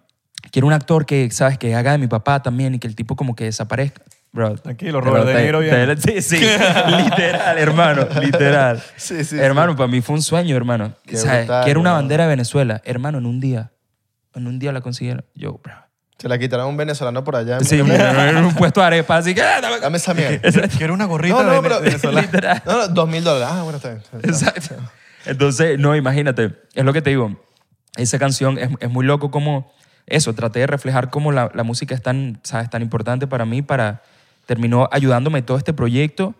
quiero un actor que, ¿sabes? Que haga de mi papá también y que el tipo como que desaparezca. Bro, Tranquilo, Robert pero De te- Niro te- viene. Sí, sí, literal, hermano, literal. Sí, sí, Hermano, para mí fue un sueño, hermano. Qué ¿Sabes? brutal, quiero una hermano. bandera de Venezuela. Hermano, en un día, en un día la consiguieron. Yo, bro. Se la quitaron a un venezolano por allá. Sí, en un puesto de arepa, así que... "Ah, dame- Dame esa mierda. Quiero una No, gorrita no, vene- pero- venezolana. Literal. No, no, dos mil dólares. Ah, bueno, está bien. Exacto. Entonces, no, imagínate, es lo que te digo. Esa canción es, es muy loco como eso, traté de reflejar cómo la, la música es tan, ¿sabes? tan importante para mí, para terminó ayudándome todo este proyecto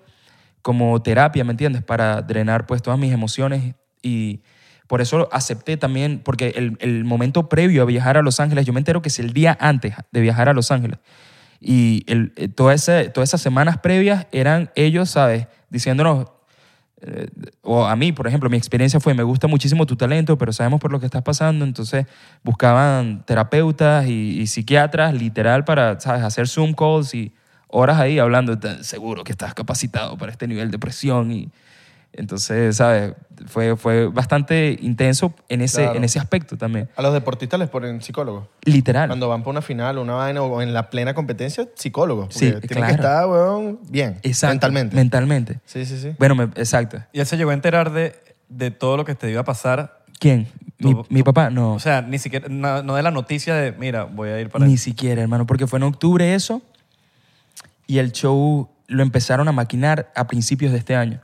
como terapia, ¿me entiendes? Para drenar pues todas mis emociones y por eso acepté también, porque el, el momento previo a viajar a Los Ángeles, yo me entero que es el día antes de viajar a Los Ángeles. Y el, eh, toda esa- todas esas semanas previas eran ellos, ¿sabes? Diciéndonos, eh, o a mí, por ejemplo, mi experiencia fue, me gusta muchísimo tu talento, pero sabemos por lo que estás pasando, entonces buscaban terapeutas y, y psiquiatras, literal, para, ¿sabes?, hacer Zoom calls y horas ahí hablando, "Te- seguro que estás capacitado para este nivel de presión y entonces, ¿sabes? Fue, fue bastante intenso en ese, Claro. en ese aspecto también. A los deportistas les ponen psicólogos. Literal. Cuando van para una final o una vaina o en la plena competencia, psicólogos. Porque Sí, tienen claro. que estar, weón, bien. Exacto, Mentalmente. Mentalmente. sí, sí, sí. Bueno, me- exacto. Y él se llegó a enterar de, de todo lo que te iba a pasar. ¿Quién? Mi, Tu- mi papá, no. O sea, ni siquiera, no, no de la noticia de, mira, voy a ir para... Ni siquiera, hermano, porque fue en octubre eso y el show lo empezaron a maquinar a principios de este año.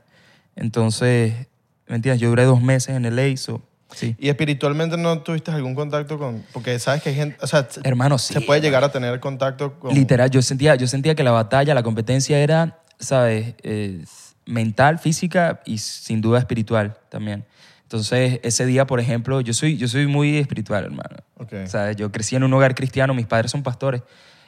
Entonces, ¿me entiendes? Yo duré dos meses en el ASO. Sí. ¿Y espiritualmente no tuviste algún contacto con...? Porque sabes que hay gente... O sea, se- Hermano, sí. se puede llegar a tener contacto con... Literal, yo sentía, yo sentía que la batalla, la competencia era, ¿sabes? Eh, mental, física y sin duda espiritual también. Entonces, ese día, por ejemplo, yo soy, yo soy muy espiritual, hermano. Ok. ¿Sabes? Yo crecí en un hogar cristiano, mis padres son pastores.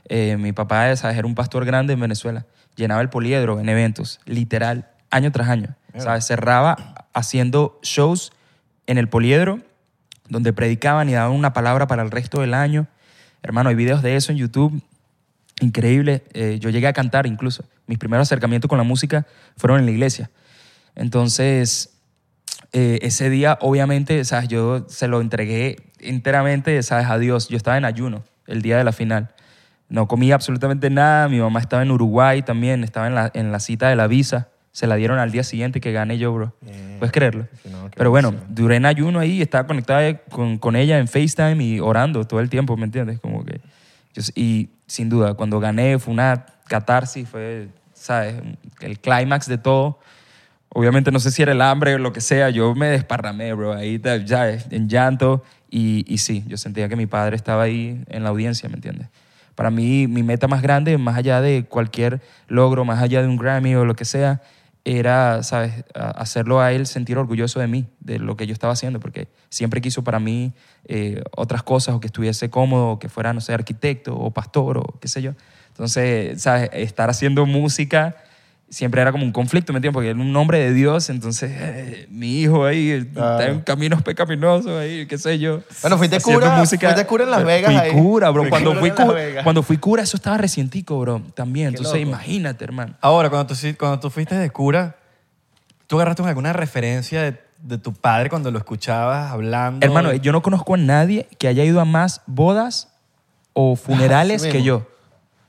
Eh, mi papá ¿sabes? era un pastor grande en Venezuela. Llenaba el poliedro en eventos, literal, año tras año. ¿Sabes? Cerraba haciendo shows en el poliedro donde predicaban y daban una palabra para el resto del año. Hermano, hay videos de eso en YouTube increíble. Eh, yo llegué a cantar incluso. Mis primeros acercamientos con la música fueron en la iglesia. Entonces, eh, ese día, obviamente, ¿sabes? yo se lo entregué enteramente ¿sabes? a Dios. Yo estaba en ayuno el día de la final. No comía absolutamente nada. Mi mamá estaba en Uruguay también, estaba en la, en la cita de la visa. Se la dieron al día siguiente que gané yo, bro. ¿Puedes creerlo? No, Ah, qué Pero bueno, duré en ayuno ahí, estaba conectada con, con ella en FaceTime y orando todo el tiempo, ¿me entiendes? Como que... yo- y sin duda, cuando gané fue una catarsis, fue, ¿sabes? El clímax de todo. Obviamente no sé si era el hambre o lo que sea, yo me desparramé, bro, ahí ta- ya en llanto y, y sí, yo sentía que mi padre estaba ahí en la audiencia, ¿me entiendes? Para mí mi meta más grande, más allá de cualquier logro, más allá de un Grammy o lo que sea, era, ¿sabes?, A- hacerlo a él sentir orgulloso de mí, de lo que yo estaba haciendo, porque siempre quiso para mí eh, otras cosas o que estuviese cómodo, o que fuera, no sé, arquitecto o pastor o qué sé yo. Entonces, ¿sabes?, estar haciendo música siempre era como un conflicto, ¿me entiendes? Porque era un hombre de Dios, entonces eh, mi hijo ahí Claro. está en caminos pecaminosos ahí, qué sé yo. Bueno, fuiste haciendo cura- fuiste cura en Las Vegas Fui ahí. cura, bro. Fui cuando, cura fui en Las cu- Vegas. cuando fui cura, eso estaba recientico, bro, también. Entonces, loco. imagínate, hermano. Ahora, cuando tú, sí- cuando tú fuiste de cura, ¿tú agarraste alguna referencia de, de tu padre cuando lo escuchabas hablando? Hermano, eh. yo no conozco a nadie que haya ido a más bodas o funerales Así que mismo. yo,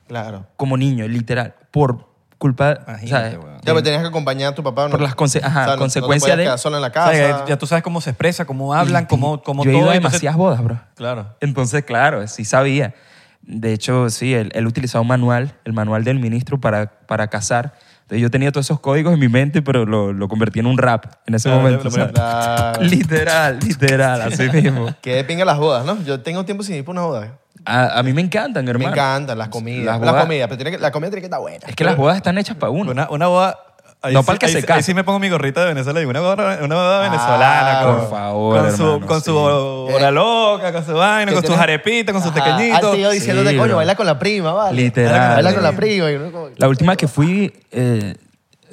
Claro. como niño, literal, por culpa, Imagínate, ¿sabes? weón. Ya, pues, pero tenías que acompañar a tu papá. ¿no? Por las conse- ajá, no- no te consecuencia podías de- quedar solo en la O sea, casa. ya, ya tú sabes cómo se expresa, cómo hablan, cómo, cómo yo he todo. ido a entonces- demasiadas bodas, bro. Claro. Entonces, claro, sí sabía. De hecho, sí, él, él utilizaba un manual, el manual del ministro para, para cazar. Entonces, yo tenía todos esos códigos en mi mente, pero lo, lo convertí en un rap en Ah, ese Claro, momento. lo ponía- ¿sabes? Claro. Literal, literal, así mismo. Que de pinga las bodas, ¿no? Yo tengo tiempo sin ir para una boda. A, a mí me encantan, hermano. Me encantan las comidas. Las Las, bodas- comidas. Pero tiene que- la comida tiene que estar buena. Es que las bodas están hechas para uno. Una, una boda... ahí No, sí- pa'l que ahí se sí- case. Ahí sí me pongo mi gorrita de Venezuela y digo, una boda, una boda venezolana. Ah, con, por favor, Con su, hermano, con sí. su hora loca, con su vaina, Eh, Que con sus tienes- arepitas, con sus Ajá, Al tequeñitos. tío diciéndote, Sí, coño, bro. baila con la prima, ¿vale? Literal. Baila con la prima. Y uno como- La última que fui, eh,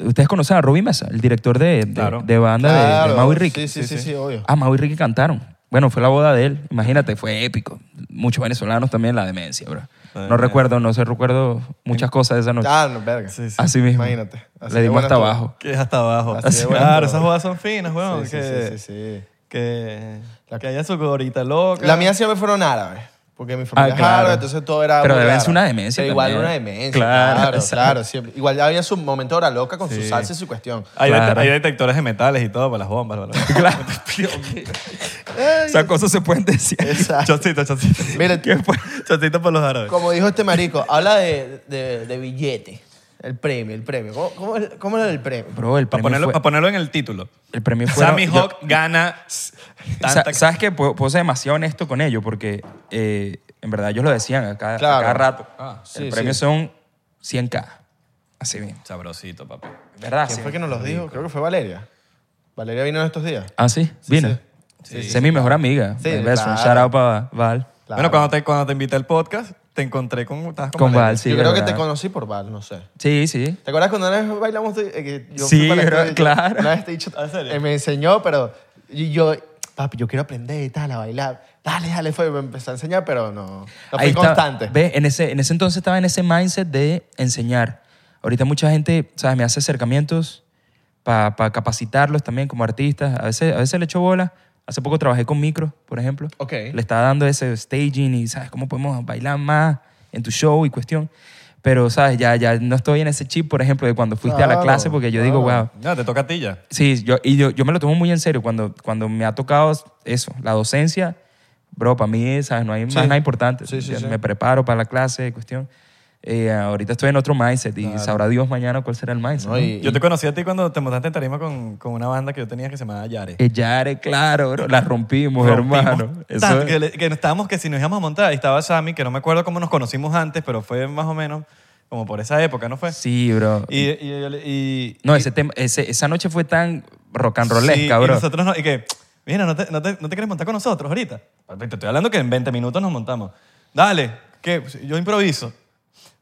ustedes conocen a Robbie Mesa, el director de, de, Claro. de banda de- de, Claro. Mau y Ricky. Sí, sí, sí, sí, obvio. Ah, Mau y Ricky cantaron. Bueno, fue la boda de él. Imagínate, fue épico. Muchos venezolanos también la demencia, bro. No recuerdo, no sé, recuerdo muchas cosas de esa noche. Ah, no, verga. Sí, sí. Así mismo. Imagínate. Así Le de dimos buena hasta tú. abajo. Que es hasta abajo. Así de bueno, claro, todo. esas bodas son finas, weón. Sí, sí, que, sí, sí, sí. Que, que haya su gorrita loca. La mía siempre fueron árabes. Porque mi familia Ah, claro. es árabe, entonces todo era. Pero muy deben árabe. ser una demencia Pero igual también. una demencia. Claro, Claro, claro, exacto. siempre. Igual había su momento de hora loca con su salsa y su cuestión. Hay, Claro. det- hay detectores de metales y todo para las bombas. para las- Claro. Esas cosas se pueden decir. Eh, Exacto. Chocito, chocito. Mira, ¿Qué fue? Chocito para los árabes. como dijo este marico, habla de, de, de billete. El premio, el premio. ¿Cómo, cómo, cómo era el premio? Bro, el premio Para ponerlo, fue... pa' ponerlo en el título. El premio fue... Sammy yo- Hawk gana Sa- tanta ¿Sabes qué? Puedo, puedo ser demasiado honesto con ello porque eh, En verdad, ellos lo decían a cada, a Claro. cada rato. Ah, sí, el premio sí. son 100K. Así mismo. Sabrosito, papá. ¿Verdad? ¿Quién Sí. fue que nos los dijo? Creo que fue Valeria. Valeria vino en estos días. Ah, sí, Sí, vino. sí. Esa es mi mejor amiga. Sí, my best claro. friend. Shout out para Val. Claro. Bueno, cuando te, cuando te invité al podcast, te encontré con... estabas Con Valeria. Val, sí. Yo creo que ¿verdad? te conocí por Val, no sé. Sí, sí. ¿Te acuerdas cuando una vez bailamos? eh, que yo Sí, fui para la pero- escuela y yo- claro. Una vez te he dicho, Ah, ¿En serio? eh, me enseñó, pero y yo, papi, yo quiero aprender y tal, a bailar. Dale, dale, fue, me empezó a enseñar, pero no, no fui Ahí estaba- constante. ¿Ves? En ese, en ese entonces estaba en ese mindset de enseñar. Ahorita mucha gente, ¿sabes? Me hace acercamientos para capacitarlos también como artistas. A veces, a veces le echo bola. Hace poco trabajé con Micro, por ejemplo. Ok. Le estaba dando ese staging y, ¿sabes? Cómo podemos bailar más en tu show y cuestión. Pero, ¿sabes? Ya, ya no estoy en ese chip, por ejemplo, de cuando fuiste a la Claro, clase porque yo digo, claro. wow, Ya, te toca a ti ya. Sí, yo, y yo, yo me lo tomo muy en serio cuando, cuando me ha tocado eso, la docencia. Bro, para mí, ¿sabes? No hay más nada importante. Sí, sí, Yo sí. Me preparo para la clase, cuestión. Eh, ahorita estoy en otro mindset y sabrá Dios mañana cuál será el mindset. No, ¿no? y- Yo te conocí a ti cuando te montaste en tarima con, con una banda que yo tenía que se llamaba Yare. Eh, Yare, claro, bro. La rompimos, Rompimos hermano. Eso tanto es. que, le- que nos estábamos que si nos íbamos a montar, y estaba Sammy, que no me acuerdo cómo nos conocimos antes, pero fue más o menos como por esa época, ¿no fue? Sí, bro. Y, y, yo le- y- no, y- ese tema, ese- esa noche fue tan rock and sí, rollesca, Y bro. nosotros no, y que, mira, no te, no, te, no te quieres montar con nosotros ahorita. Papi, Te estoy hablando que en 20 minutos nos montamos. Dale, que yo improviso.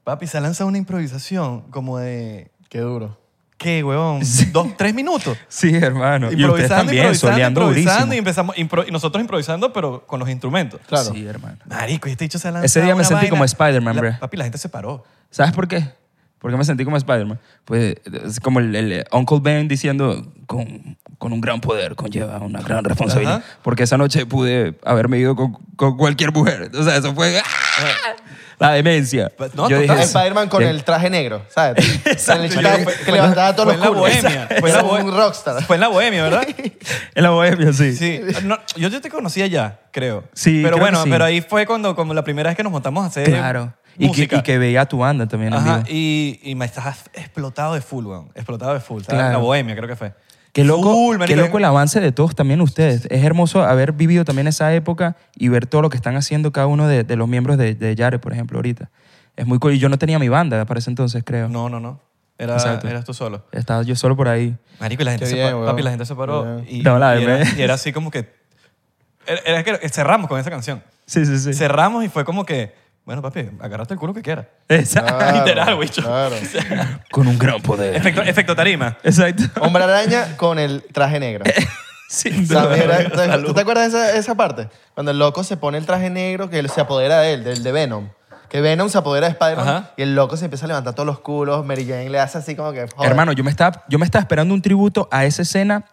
Papi, se lanza una improvisación como de, Qué duro. ¿qué, huevón? Dos, tres minutos. Sí, hermano. Y ustedes improvisando, también, improvisando, soleando improvisando y durísimo. empezamos impro- y nosotros improvisando pero con los instrumentos. Claro. Sí, hermano. Marico, y este dicho se lanza Ese día me una sentí vaina. como Spider-Man, La- bro. Papi, la gente se paró. ¿Sabes por qué? Porque me sentí como Spider-Man. Pues es como el, el Uncle Ben diciendo, con, con un gran poder conlleva una gran responsabilidad. Ajá. Porque esa noche pude haberme ido con, con cualquier mujer. O sea, eso fue ¡ah! la demencia. But Pues, no, Yo total. dije, "Eh, Sí. Spider-Man con de- el traje negro, ¿sabes? Exacto. Con el traje Fue- que fue- levantaba todos los fue en la culos. bohemia. Fue en Era la como bohe- un rockstar. Fue en la bohemia, ¿verdad? En la bohemia, sí. Sí. No, yo, yo te conocía ya, creo. Sí, Pero creo bueno, que sí. pero ahí fue cuando, como la primera vez que nos montamos a hacer Claro. Y que, música. y que veía a tu banda también en Ajá, vivo. y, y me estabas explotado de full, weón. Explotado de full. Estaba en la Claro. bohemia, creo que fue. Qué loco, Full, marico. qué loco el avance de todos también ustedes. Es hermoso haber vivido también esa época y ver todo lo que están haciendo cada uno de, de los miembros de, de Yare, por ejemplo, ahorita. Es muy cool. Y yo no tenía mi banda para ese entonces, creo. No, no, no. Era, Exacto. eras tú solo. Estaba yo solo por ahí. Marico, y la gente Qué se bien, paró. weón. Papi, la gente se paró. Qué Y, No, la y verdad. era, y era así como que... Era, era que cerramos con esa canción. Sí, sí, sí. Cerramos y fue como que... Bueno, papi, agarraste el culo que quieras. Exacto. Claro, Literal, bicho. Claro. Con un gran poder. Efecto, efecto tarima. Exacto. Hombre araña con el traje negro. Sin duda. Sammy era- ¿Tú te acuerdas de esa, esa parte? Cuando el loco se pone el traje negro que él se apodera de él, del de Venom. Que Venom se apodera de Spider-Man Ajá. y el loco se empieza a levantar todos los culos. Mary Jane le hace así como que. joder. Hermano, yo me, estaba, yo me estaba esperando un tributo a esa escena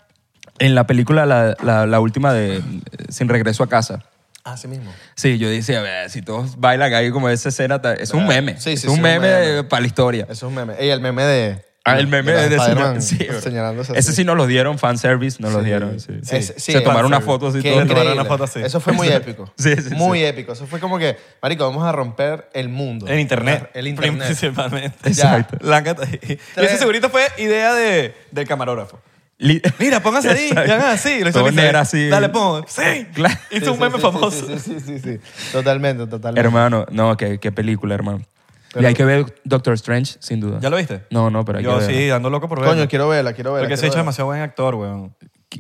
en la película, la, la- la última de eh, Sin Regreso a Casa. Así Ah, mismo. Sí, yo decía, a ver, si todos bailan ahí como esa escena, ta- es un meme. Eh, Sí, sí, es sí, un es un meme, meme. para la historia. Eso es un meme. Y el meme de. Ah, el meme de, de Spider-Man sí, bro. señalándose. Ese así. sí nos lo dieron, fanservice, nos lo Sí. dieron. Sí. Ese- sí, Se tomaron una fanservice. foto así Qué todo. todos tomaron una increíble. foto así. Eso fue muy épico. Sí, sí, sí. Muy épico. Eso fue como que, marico, vamos a romper el mundo. En internet. El internet. Principalmente. Exacto. Ya. La cata- y ese segurito fue idea de, del camarógrafo. Li- Mira, póngase ahí. Y Exacto. hagan así. Lo hizo Todo en Instagram. negro así. Dale, pon. Sí. Claro. Hizo Sí, un sí, meme sí, famoso. Sí, sí, sí, sí, sí. Totalmente, totalmente. Hermano, no, qué, qué película, hermano. y Pero- hay que ver Doctor Strange, sin duda. ¿Ya lo viste? No, no, pero hay Yo que sí, ver. ando loco por verlo. Coño, quiero verla, quiero verla. Porque ese quiero hecho verla. es demasiado buen actor, weón.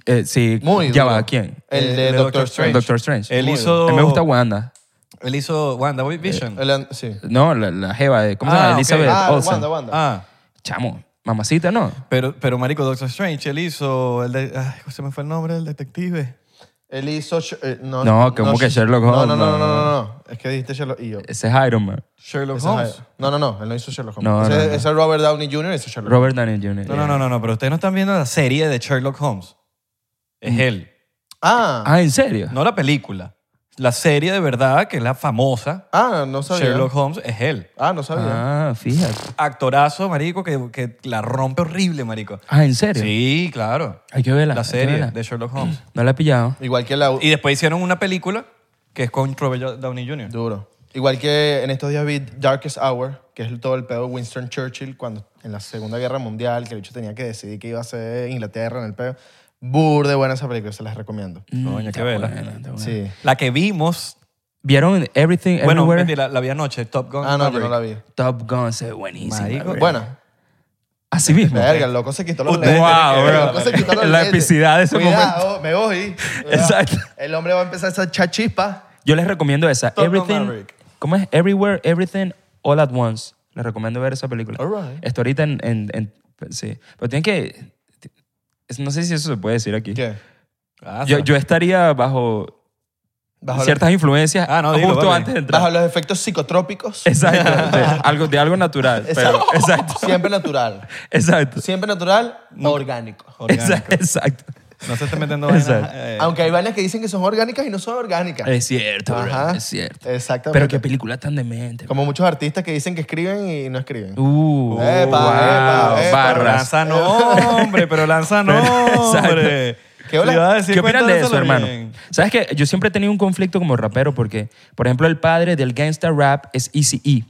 Eh, sí, Muy ya duro. va, ¿quién? Eh, El de El de Doctor Doctor Strange. Doctor Strange. Él Muy hizo... A mí me gusta Wanda. Él hizo Wanda Vision. El an- sí. No, la, la jeva de, ¿cómo se Ah, llama? ok. Elizabeth Ah, Eh, Olsen. Wanda, Wanda. ah. Chamo, mamacita, ¿no? Pero, pero, marico, Doctor Strange, él hizo... El de, ay, se me fue el nombre del detective. Él hizo... Sh- eh, no, No, ¿cómo que Sherlock Holmes? No, no, no, no, no, no, no. Es que dijiste Sherlock y yo. Ese es Iron Man. Sherlock Ese Holmes. es- no, no, no. Él no hizo Sherlock Holmes. No, ese, no, no. ese Robert Downey Jr. hizo Sherlock Robert Downey Jr. No, no, no, no, no, pero ustedes no están viendo la serie de Sherlock Holmes. Mm. Es él. Ah, Ah, ¿en serio? No la película. La serie de verdad, que es la famosa, ah, no sabía. Sherlock Holmes, es él. Ah, no sabía. Ah, fíjate. Actorazo, marico, que, que la rompe horrible, marico. Ah, ¿en serio? Sí, claro. Hay que verla. La hay que serie verla. de Sherlock Holmes. No la he pillado. Igual que la... Y después hicieron una película que es con Robert Downey Jr. Duro. Igual que en estos días vi Darkest Hour, que es todo el pedo de Winston Churchill cuando en la Segunda Guerra Mundial, que el bicho tenía que decidir que iba a ser Inglaterra en el pedo. Mm, Burde buena esa película, se las recomiendo. Coño, qué Está vela. buena, está buena. Sí. La que vimos ¿Vieron Everything Bueno, Everywhere? mentira, la, la vi anoche, Top Gun. Ah, no, yo Maverick. no la vi. Top Gun se ve buenísima. Marico, bro. Buena. Así mismo. Verga, el loco se quitó los Usted- lentes. Wow, El bro. loco se quitó los La lentes. epicidad de ese Cuidado, me voy. Exacto. El hombre va a empezar a echar chispas. Yo les recomiendo esa. Top Gun Everything. Maverick. ¿Cómo es? Everywhere, Everything, All at Once. Les recomiendo ver esa película. Alright. Está ahorita en, en- en- Sí. Pero tienen que. es- No sé si eso se puede decir aquí. ¿Qué? Ah, Yo, sí. yo estaría bajo, Bajo, ciertas influencias Ah, no, dilo, justo papi. antes de los, entrar. bajo los efectos psicotrópicos. Exacto. De algo, de algo natural. pero- Exacto. exacto. Siempre natural. Exacto. Siempre natural, orgánico. Orgánico. Exa- Exacto. No se esté metiendo vainas, Exacto. eh, Aunque hay vainas que dicen que son orgánicas y no son orgánicas. Es cierto, bro, Ajá. Es cierto. Exactamente. Pero qué película tan demente. bro. Como muchos artistas que dicen que escriben y no escriben. Uh, wow, Epa, epa, epa. Ah, Pero barras. lanza nombre, pero lanza nombre. ¿Qué hola? Le iba a decir, ¿Qué opinan de eso, cuéntanoselo hermano? bien. ¿Sabes qué? Yo siempre he tenido un conflicto como rapero porque, por ejemplo, el padre del gangsta rap es Eazy-E.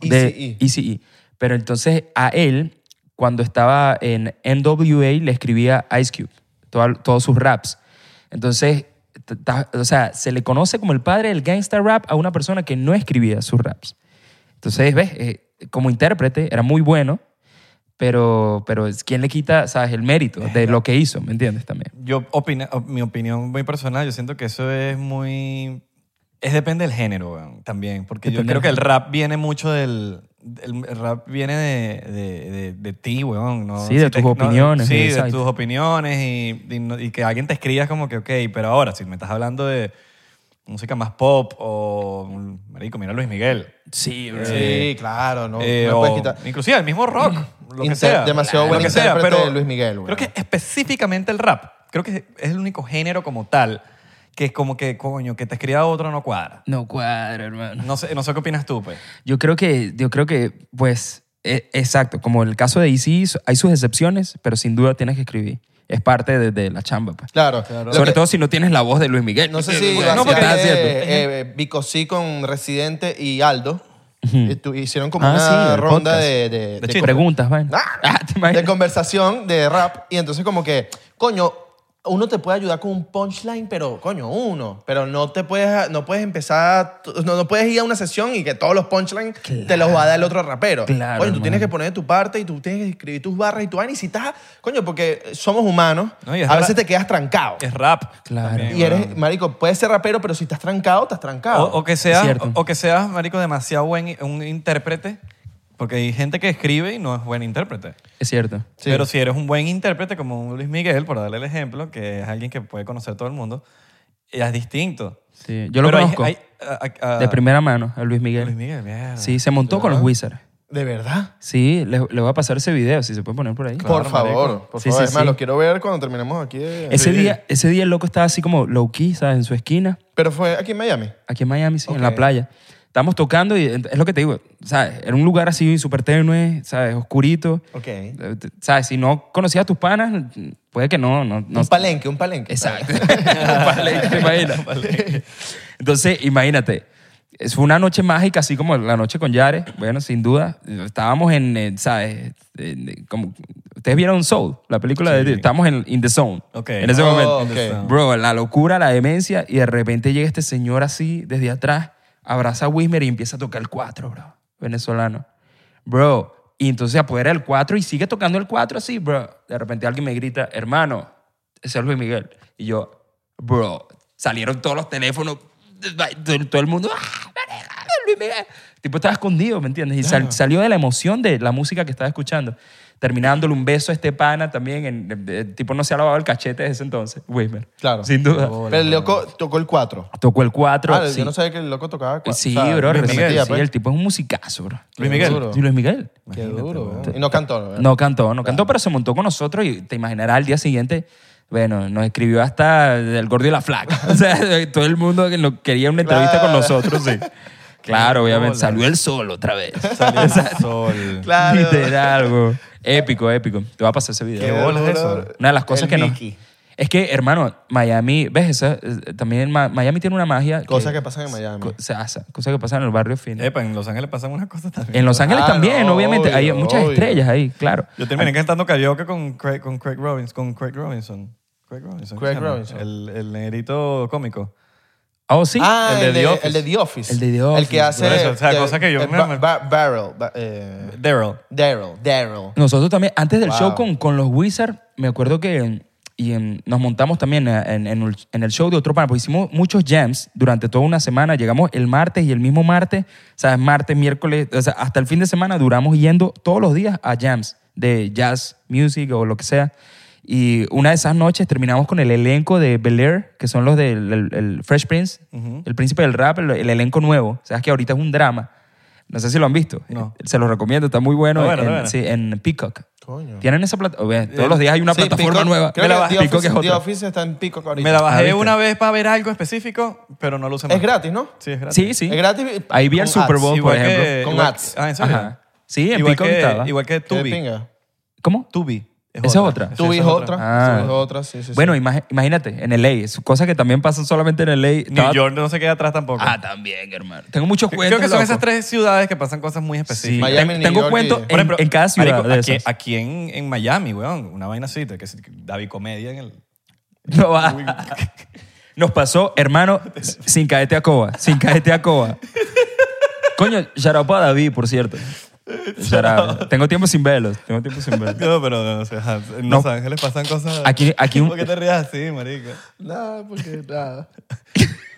De Eazy-E. Eazy-E. Pero entonces a él, cuando estaba en NWA, le escribía Ice Cube, toda- todos sus raps. Entonces, t- ta- o sea, se le conoce como el padre del gangsta rap a una persona que no escribía sus raps. Entonces, ves, Eh, como intérprete era muy bueno, pero, pero es- ¿quién le quita, sabes, el mérito de lo que hizo? ¿Me entiendes también? Yo opina, op- mi opinión muy personal, yo siento que eso es muy... Es depende del género, weón, también. Porque Depende yo creo del que el rap viene mucho del... El el rap viene de, de, de, de ti, weón. ¿no? Sí, de tus opiniones, sí, de exacto. tus opiniones y, y no- y que alguien te escriba como que, ok, pero ahora, si me estás hablando de música más pop o... Marico, mira Luis Miguel. Sí, Sí, claro, no, Eh, no puedes o quitar. Inclusive el mismo rock, lo que Inter- sea. demasiado buen Lo que sea, intérprete pero de Luis Miguel, güey. Creo que específicamente el rap. Creo que es el único género como tal que es como que, coño, que te escriba otro no cuadra. No cuadra, hermano. No sé, no sé qué opinas tú, pues. Yo creo que, yo creo que pues, e- exacto, como el caso de Easy, hay sus excepciones, pero sin duda tienes que escribir. Es parte de, de la chamba, pues. Claro. Lo Sobre que- todo si no tienes la voz de Luis Miguel. No sé si Bueno, no, ¿qué porque, estás haciendo? eh, eh, Vico C con Residente y Aldo eh, tu- hicieron como Ah, sí, una el ronda podcast. de, de, de Sí, con- preguntas, vaina. Ah, Ah, ¿te imaginas? de conversación, de rap. Y entonces como que, coño, uno te puede ayudar con un punchline, pero coño, uno. Pero no te puedes, no puedes empezar, no, no puedes ir a una sesión y que todos los punchlines te los va a dar el otro rapero. Claro, coño, tú tienes hermano. que poner de tu parte y tú tienes que escribir tus barras y tu vaina. Y si estás, coño, porque somos humanos, No, y es a ra- veces te quedas trancado. Es rap. Claro. también, Y weón. eres, marico, puedes ser rapero, pero si estás trancado, estás O, trancado. o que Es seas, cierto. o que seas, marico, demasiado buen i- un intérprete. Porque hay gente que escribe y no es buen intérprete. Es cierto. Sí. Pero si eres un buen intérprete, como un Luis Miguel, por darle el ejemplo, que es alguien que puede conocer todo el mundo, es distinto. Sí, yo lo Pero hay- conozco hay- a- a- a- de primera mano a Luis Miguel. Luis Miguel, mierda. Sí, se montó con los Wizards. ¿De verdad? Sí, le, le voy a pasar ese video, si se puede poner por ahí. por favor, marico. por Sí, favor. sí, es más, sí. lo quiero ver cuando terminemos aquí. de- Ese, día, ese día el loco estaba así como low key, ¿sabes? En su esquina. Pero fue aquí en Miami. aquí en Miami, sí, en la Ok. playa. Estamos tocando y ent- es lo que te digo, ¿sabes? Era un lugar así súper tenue, ¿sabes? Oscurito. Ok. Eh, te- ¿Sabes? Si no conocías a tus panas, puede que no. no, no Un palenque, un palenque. Exacto. Un palenque, ¿te imaginas? Entonces, imagínate. es- Fue una noche mágica, así como la noche con Yare. Bueno, sin duda. Estábamos en, eh, ¿sabes? En- eh, como, Ustedes vieron Soul, la película de... Estábamos en In the Zone. Ok. En ese Oh, momento. ok. Bro, la locura, la demencia, y de repente llega este señor así, desde atrás, abraza a Wismer y empieza a tocar el 4, bro, venezolano. Bro, y entonces se apodera el 4 y sigue tocando el 4 así, bro. De repente alguien me grita, hermano, ese es Luis Miguel. Y yo, bro, salieron todos los teléfonos, todo todo el mundo, ¡ah, marica, Luis Miguel! El tipo estaba escondido, ¿me entiendes? Y sal- salió de la emoción de la música que estaba escuchando. Terminándole un beso a este pana también. en- el- el tipo no se ha lavado el cachete desde ese entonces, Wismer. Claro. Sin duda. Pero el loco tocó el 4. Tocó el 4. Ah, sí, yo no sabía que el loco tocaba 4. sí bro. Luis resulta que Miguel, sí, pues. el tipo es un musicazo, bro. Luis Miguel. Duro. Sí, Luis Miguel. Qué duro. Y no cantó. ¿verdad? No cantó, no cantó, pero se montó con nosotros y te imaginarás al día siguiente, bueno, nos escribió hasta el gordo y la flaca. O sea, todo el mundo que lo- quería una entrevista con Claro. nosotros, sí. Claro, obviamente. bola. Salió el sol otra vez. Salió el sol. Claro. Literal, bro. Épico, épico. Te va a pasar ese video. Qué bola es eso. duro. Una de las cosas El que no. Mickey. Es que, hermano, Miami, ¿ves? Esa, eh, también Ma- Miami tiene una magia. Cosas que pasan en Miami. co- se hace, cosas que pasan en el barrio fino. Epa, en Los Ángeles pasan unas cosas también. En Los Ángeles Ah, también, no, obviamente. Hay obvio, muchas obvio. estrellas ahí, claro. Yo terminé cantando karaoke con Craig, con Craig Robinson. Con Craig Robinson. Craig Robinson. ¿qué Craig se llama? Robinson. El, el negrito cómico. Ah, ¿o sí. Ah, el de The Office. el de The Office. El de The El Office, que hace. por eso, o sea, de- cosa que yo eh, me- Ba- Ba- Barrel. ba- eh, Daryl. Daryl. Daryl. Nosotros también, antes del Wow. show con, con los Wizards, me acuerdo que y em, nos montamos también eh, en, en el- en el show de otro pana, porque hicimos muchos jams durante toda una semana. Llegamos el martes y el mismo martes, ¿sabes? Martes, miércoles, o sea, hasta el fin de semana duramos yendo todos los días a jams de jazz, music o lo que sea. Y una de esas noches terminamos con el elenco de Bel Air, que son los del el- el Fresh Prince, el príncipe del rap, el, el elenco nuevo. O sea, es que ahorita es un drama. No sé si lo han visto. No. Se los recomiendo, está muy bueno. Está bueno, en- está bueno. sí, en Peacock. Coño. Tienen esa plataforma. Todos los días hay una Sí, plataforma Peacock- nueva. Creo Me la que bajas. Peacock The Office, es The otra. Office está en Peacock ahorita. Me la Ah, bajé ¿viste? una vez para ver algo específico, pero no lo usé más. Es gratis, ¿no? Sí, es gratis. Sí, sí. Es gratis. Ahí vi el Con Super ads. Bowl, Igual por que- ejemplo. Con igual- ads. Ah, ¿en serio? Ajá. Sí, en igual Peacock estaba. que, igual que Qué de Tubi. pinga. ¿Cómo? Tubi. Esa es otra. Sí, Tubi es esa otra. Ah. Tubi es otra, sí, sí, sí. Bueno, imag- imagínate, en LA, es cosa que también pasan solamente en LA. New Estaba- York no se queda atrás tampoco. Ah, también, hermano. Tengo muchos Creo cuentos. que son loco. esas tres pues, ciudades que pasan cosas muy Sí. específicas. Miami, Ten- New tengo York y- cuentos Por en, en cada ciudad. marico, de aquí, esas. aquí en, en Miami, weón, una vaina así, te- que si- David Comedia en el... No va. Nos pasó, hermano, sin caerte a coba, sin caerte a coba. Coño, yarapa David, por cierto. Shout out. Tengo tiempo sin verlos. Tengo tiempo sin verlos. No, pero no, o sea, ajá, en No. Los Ángeles pasan cosas... Aquí- aquí un- ¿Por qué te rías así, marico? Nada, porque nada.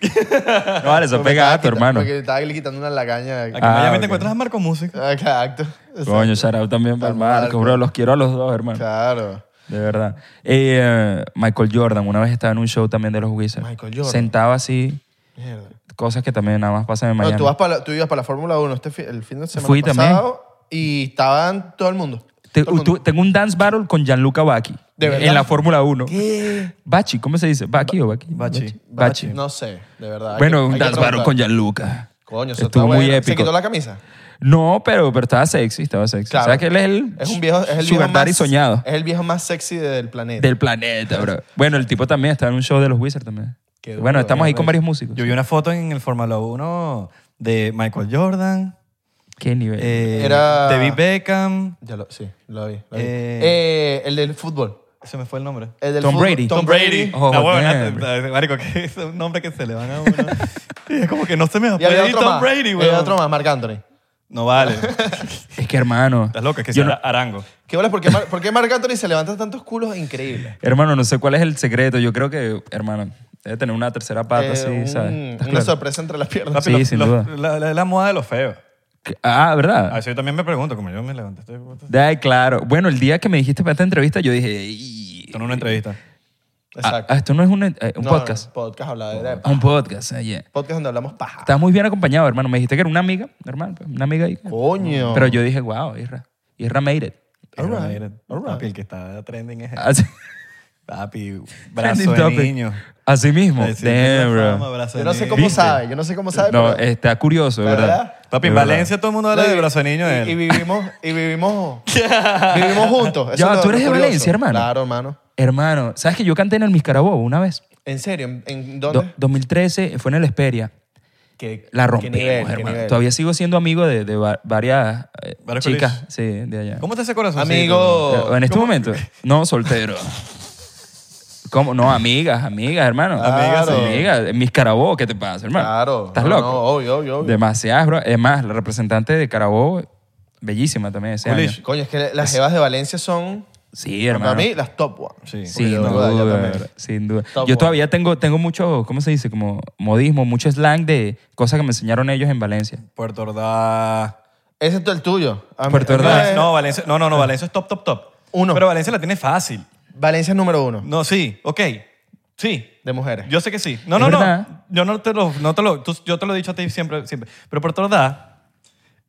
No, vale, eso Porque pega estaba a tu quita- hermano. Porque estaba quitando una lagaña. Aquí Ah, en Miami ok. te encuentras a Marco Música. Ah, Exacto. exacto. Coño, shout out también para Marco, Marco. bro. Los quiero a los dos, hermano. Claro. De verdad. Eh, Michael Jordan, una vez estaba en un show también de los Wizards. Michael Jordan. Sentaba así, Mierda. cosas que también nada más pasan en No, Miami. tú, vas para la- tú ibas para la Fórmula 1 este fi- el fin de semana Fui también. pasado y estaban todo el mundo. Te- Todo el tú- mundo. tengo un dance battle con Gianluca Bacchi. ¿De verdad? En la Fórmula 1. ¿Qué? Bachi, ¿cómo se dice? ¿Bacchi o Bacchi? Bachi. Bachi. No sé, de verdad. hay que- Bueno, un hay que dance battle preguntar. con Gianluca. Coño, eso Estuvo está muy bueno. ¿Se épico. quitó la camisa? No, pero, pero estaba sexy, estaba sexy. Claro. O sea que él es el, Es un viejo, es el sugar viejo daddy más, eh, soñado Es el viejo más sexy del planeta. del planeta, bro. Bueno, el tipo también está en un show de los Wizards también. Qué bueno, duro, estamos ahí qué con varios músicos. Yo vi una foto en el Fórmula 1 de Michael Jordan, Qué nivel. eh, Era- David Beckham... Ya lo, sí, lo vi. lo vi. Eh. Eh, el del fútbol. Se me fue el nombre. El del Tom fútbol- Brady. Tom Tom Brady. Oh, no, bueno, damn, nada, marico, que es un nombre que se le van a uno. Y es como que no se me va a Y había pedir otro Tom más. Brady, Y había weón. otro más, Marc Anthony. No vale. Estás Es que hermano. loca, es que yo sea no- Arango. ¿Qué bolas? ¿Por qué, Mar- por qué Marc Anthony se levanta tantos culos increíbles? hermano, no sé cuál es el secreto. Yo creo que, hermano, debe tener una tercera pata, Eh, Ah, pues sí, un- ¿sabes? Una ¿Estás claro? sorpresa entre las piernas. Sí, Papi, los- sin los- duda. La, la- la moda de los feos. Que- Ah, ¿verdad? A eso yo también me pregunto, como yo me levanté. estoy- Esto De ahí, claro. Bueno, el día que me dijiste para esta entrevista, yo dije. "Ey, no es una entrevista. ah, Exacto. ah, esto no es un, eh, un No, podcast. no, podcast habla de- Ah, Un podcast, ah, yeah. podcast donde hablamos paja. Estabas muy bien acompañado, hermano. Me dijiste que era una amiga, normal, pues, una amiga ahí. Coño. Pero yo dije, wow, Isra. Isra made it. All right, Mira, all right. Papi, el que está trending es Así, Papi, Ah. trending Eh, brazo de topic. niño. Así mismo. Sí, sí, Damn, tiene bro. fama, brazo Yo de no sé niño. cómo ¿Viste? sabe, yo no sé cómo sabe. No, eh, pero- está curioso, de ¿Verdad? verdad. Papi, De en verdad. Valencia todo el mundo habla de brazo de niño. de Y, y él. vivimos, y vivimos, vivimos juntos. Eso Ya, es lo- tú lo eres de curioso. Valencia, hermano. Claro, hermano. Hermano, ¿sabes que yo canté en el Miscarabobo una vez? ¿En serio? ¿En, en Do- dónde? 2013, fue en el Esperia. ¿Qué- La qué rompimos, nivel, qué hermano. nivel? Todavía sigo siendo amigo de, de va- varias eh, Varios chicas colegas. sí, de allá. ¿Cómo te hace corazón? Eh, Amigo. ¿En este momento? No, soltero. ¿Cómo? No, amigas, amigas, hermano. Amigas, sí. Amigas. Mis Carabobo, ¿qué te pasa, hermano? Claro. ¿Estás No, loco? No, obvio, obvio, obvio. Demasiadas, bro. Es más, la representante de Carabobo, bellísima también ese año. Coolish. Coño, es que las jevas de Valencia son, Sí, para hermano. mí, las top one. Sí. Porque Sin de duda, verdad, yo también. bro, sin duda. Top Yo one. todavía tengo, tengo mucho, ¿cómo se dice? Como modismo, mucho slang de cosas que me enseñaron ellos en Valencia. Puerto Ordaz. Ese es el tuyo. A mí- Eh, Puerto a mí Ordaz. me- No, Valencia, no, no, no, Valencia es top, top, top. Uno. Pero Valencia la tiene fácil. Valencia es número uno No, sí, ok. Sí. de mujeres. Yo sé que sí. No, Es no, verdad. no. Yo no te lo, no te lo, tú- yo te lo he dicho a ti siempre, siempre. Pero Puerto Ordaz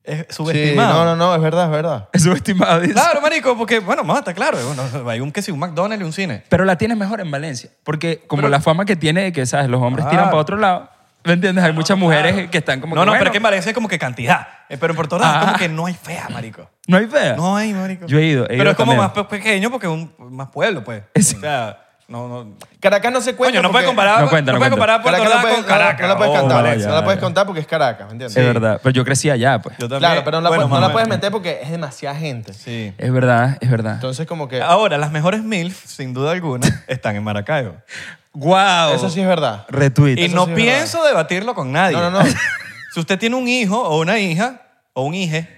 es sí, subestimado. no, no, no, es verdad, es verdad. Es subestimado, dice. Claro, marico, porque, bueno, mamá, está claro. Bueno, hay un que sí, un McDonald's y un cine. Pero la tienes mejor en Valencia. Porque como Pero- la fama que tiene de que, ¿sabes? Los hombres Claro. tiran para otro lado. ¿Me entiendes? Hay muchas mujeres que están como No, que, no, bueno, pero es que en Valencia es como que cantidad. Eh, Pero en Puerto Ordaz es Ah. como que no hay fea, marico. No hay fea. No hay, marico. Yo he ido, he pero ido es como también. más pe- pequeño porque es un, más pueblo, pues. Sí. O sea, no, no. Caracas no se cuenta. Coño, no porque- puedes comparar, No cuenta, no no puedes cuenta. comparar Puerto Caracas no, Ordaz puede- no con la- Caracas. no la puedes Oh, contar. pues. vale, no ya, la puedes ya. contar porque es Caracas, ¿me entiendes? Es verdad. Pero yo crecí allá, pues. Yo también. Claro, pero no la, Bueno, puedes, no la mamá. puedes meter porque es demasiada gente. Sí. Ah, Es verdad, es verdad. Eh, Entonces, como que. Ahora, las mejores MILF, sin duda alguna, están en Maracaibo. oh. ¡Wow! Eso sí es verdad. Retweet. Y Eso no sí es pienso debatirlo con nadie. No, no, no. si usted tiene un hijo o una hija o un hije,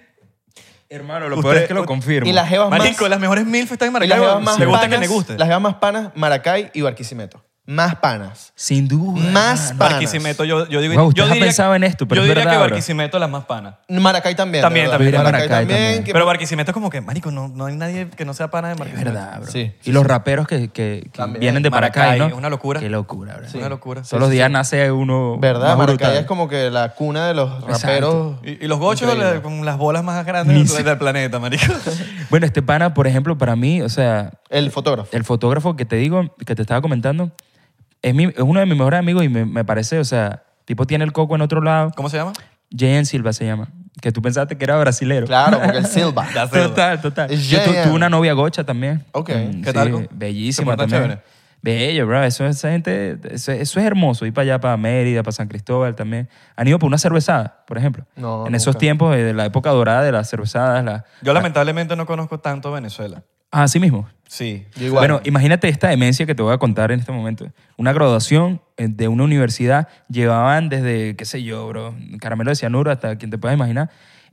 Hermano, lo Usted- peor es que lo confirmo. Y las jevas marico, más... las mejores milf están en y las Maracaibo. jevas más me gusta panas, que me guste. Las jevas más panas, Maracay y Barquisimeto. Más panas. Sin duda. Más panas. Barquisimeto, yo, yo digo... Wow, usted yo ha pensado en esto, pero Yo es diría verdad, que bro. Barquisimeto es las más panas. Maracay también. También, de verdad. también. Maracay, Maracay también. también. que- Pero Barquisimeto es como que, marico, no, no hay nadie que no sea pana de Es Barquisimeto. verdad, bro. Sí, sí, y los raperos que, que- que También. vienen de Maracay, Maracay, ¿no? es una locura. Qué locura, bro. Sí. Una locura. Todos los días nace uno ¿Verdad? más Maracay brutal. es como que la cuna de los Exacto. raperos. Y, y los gochos Increíble. la- con las bolas más grandes del, del planeta, marico. Bueno, este pana, por ejemplo, para mí, o sea, El fotógrafo. el fotógrafo que te digo, que te estaba comentando, es, mi- es uno de mis mejores amigos y me, me parece, o sea, tipo tiene el coco en otro lado. ¿Cómo se llama? Jayen Silva se llama. Que tú pensaste que era brasilero. Claro, porque el Silva. Ya sé. Total, total. Es Yo tu- Jayen. tuve una novia gocha también. Ok. Mm, ¿Qué tal, co? Bellísima ¿Se porta también. chévere? Bello, bro. Eso, esa gente, eso, eso es hermoso. Ir para allá, para Mérida, para San Cristóbal también. Han ido por una cervezada, por ejemplo. No, en esos nunca. tiempos eh, de la época dorada de las cervezadas. La, Yo lamentablemente no conozco tanto Venezuela. ah, así mismo. Sí. Yo igual. Bueno, imagínate esta demencia que te voy a contar en este momento. Una graduación eh, de una universidad llevaban desde, qué sé yo, bro, caramelo de cianuro hasta quien te puedas imaginar,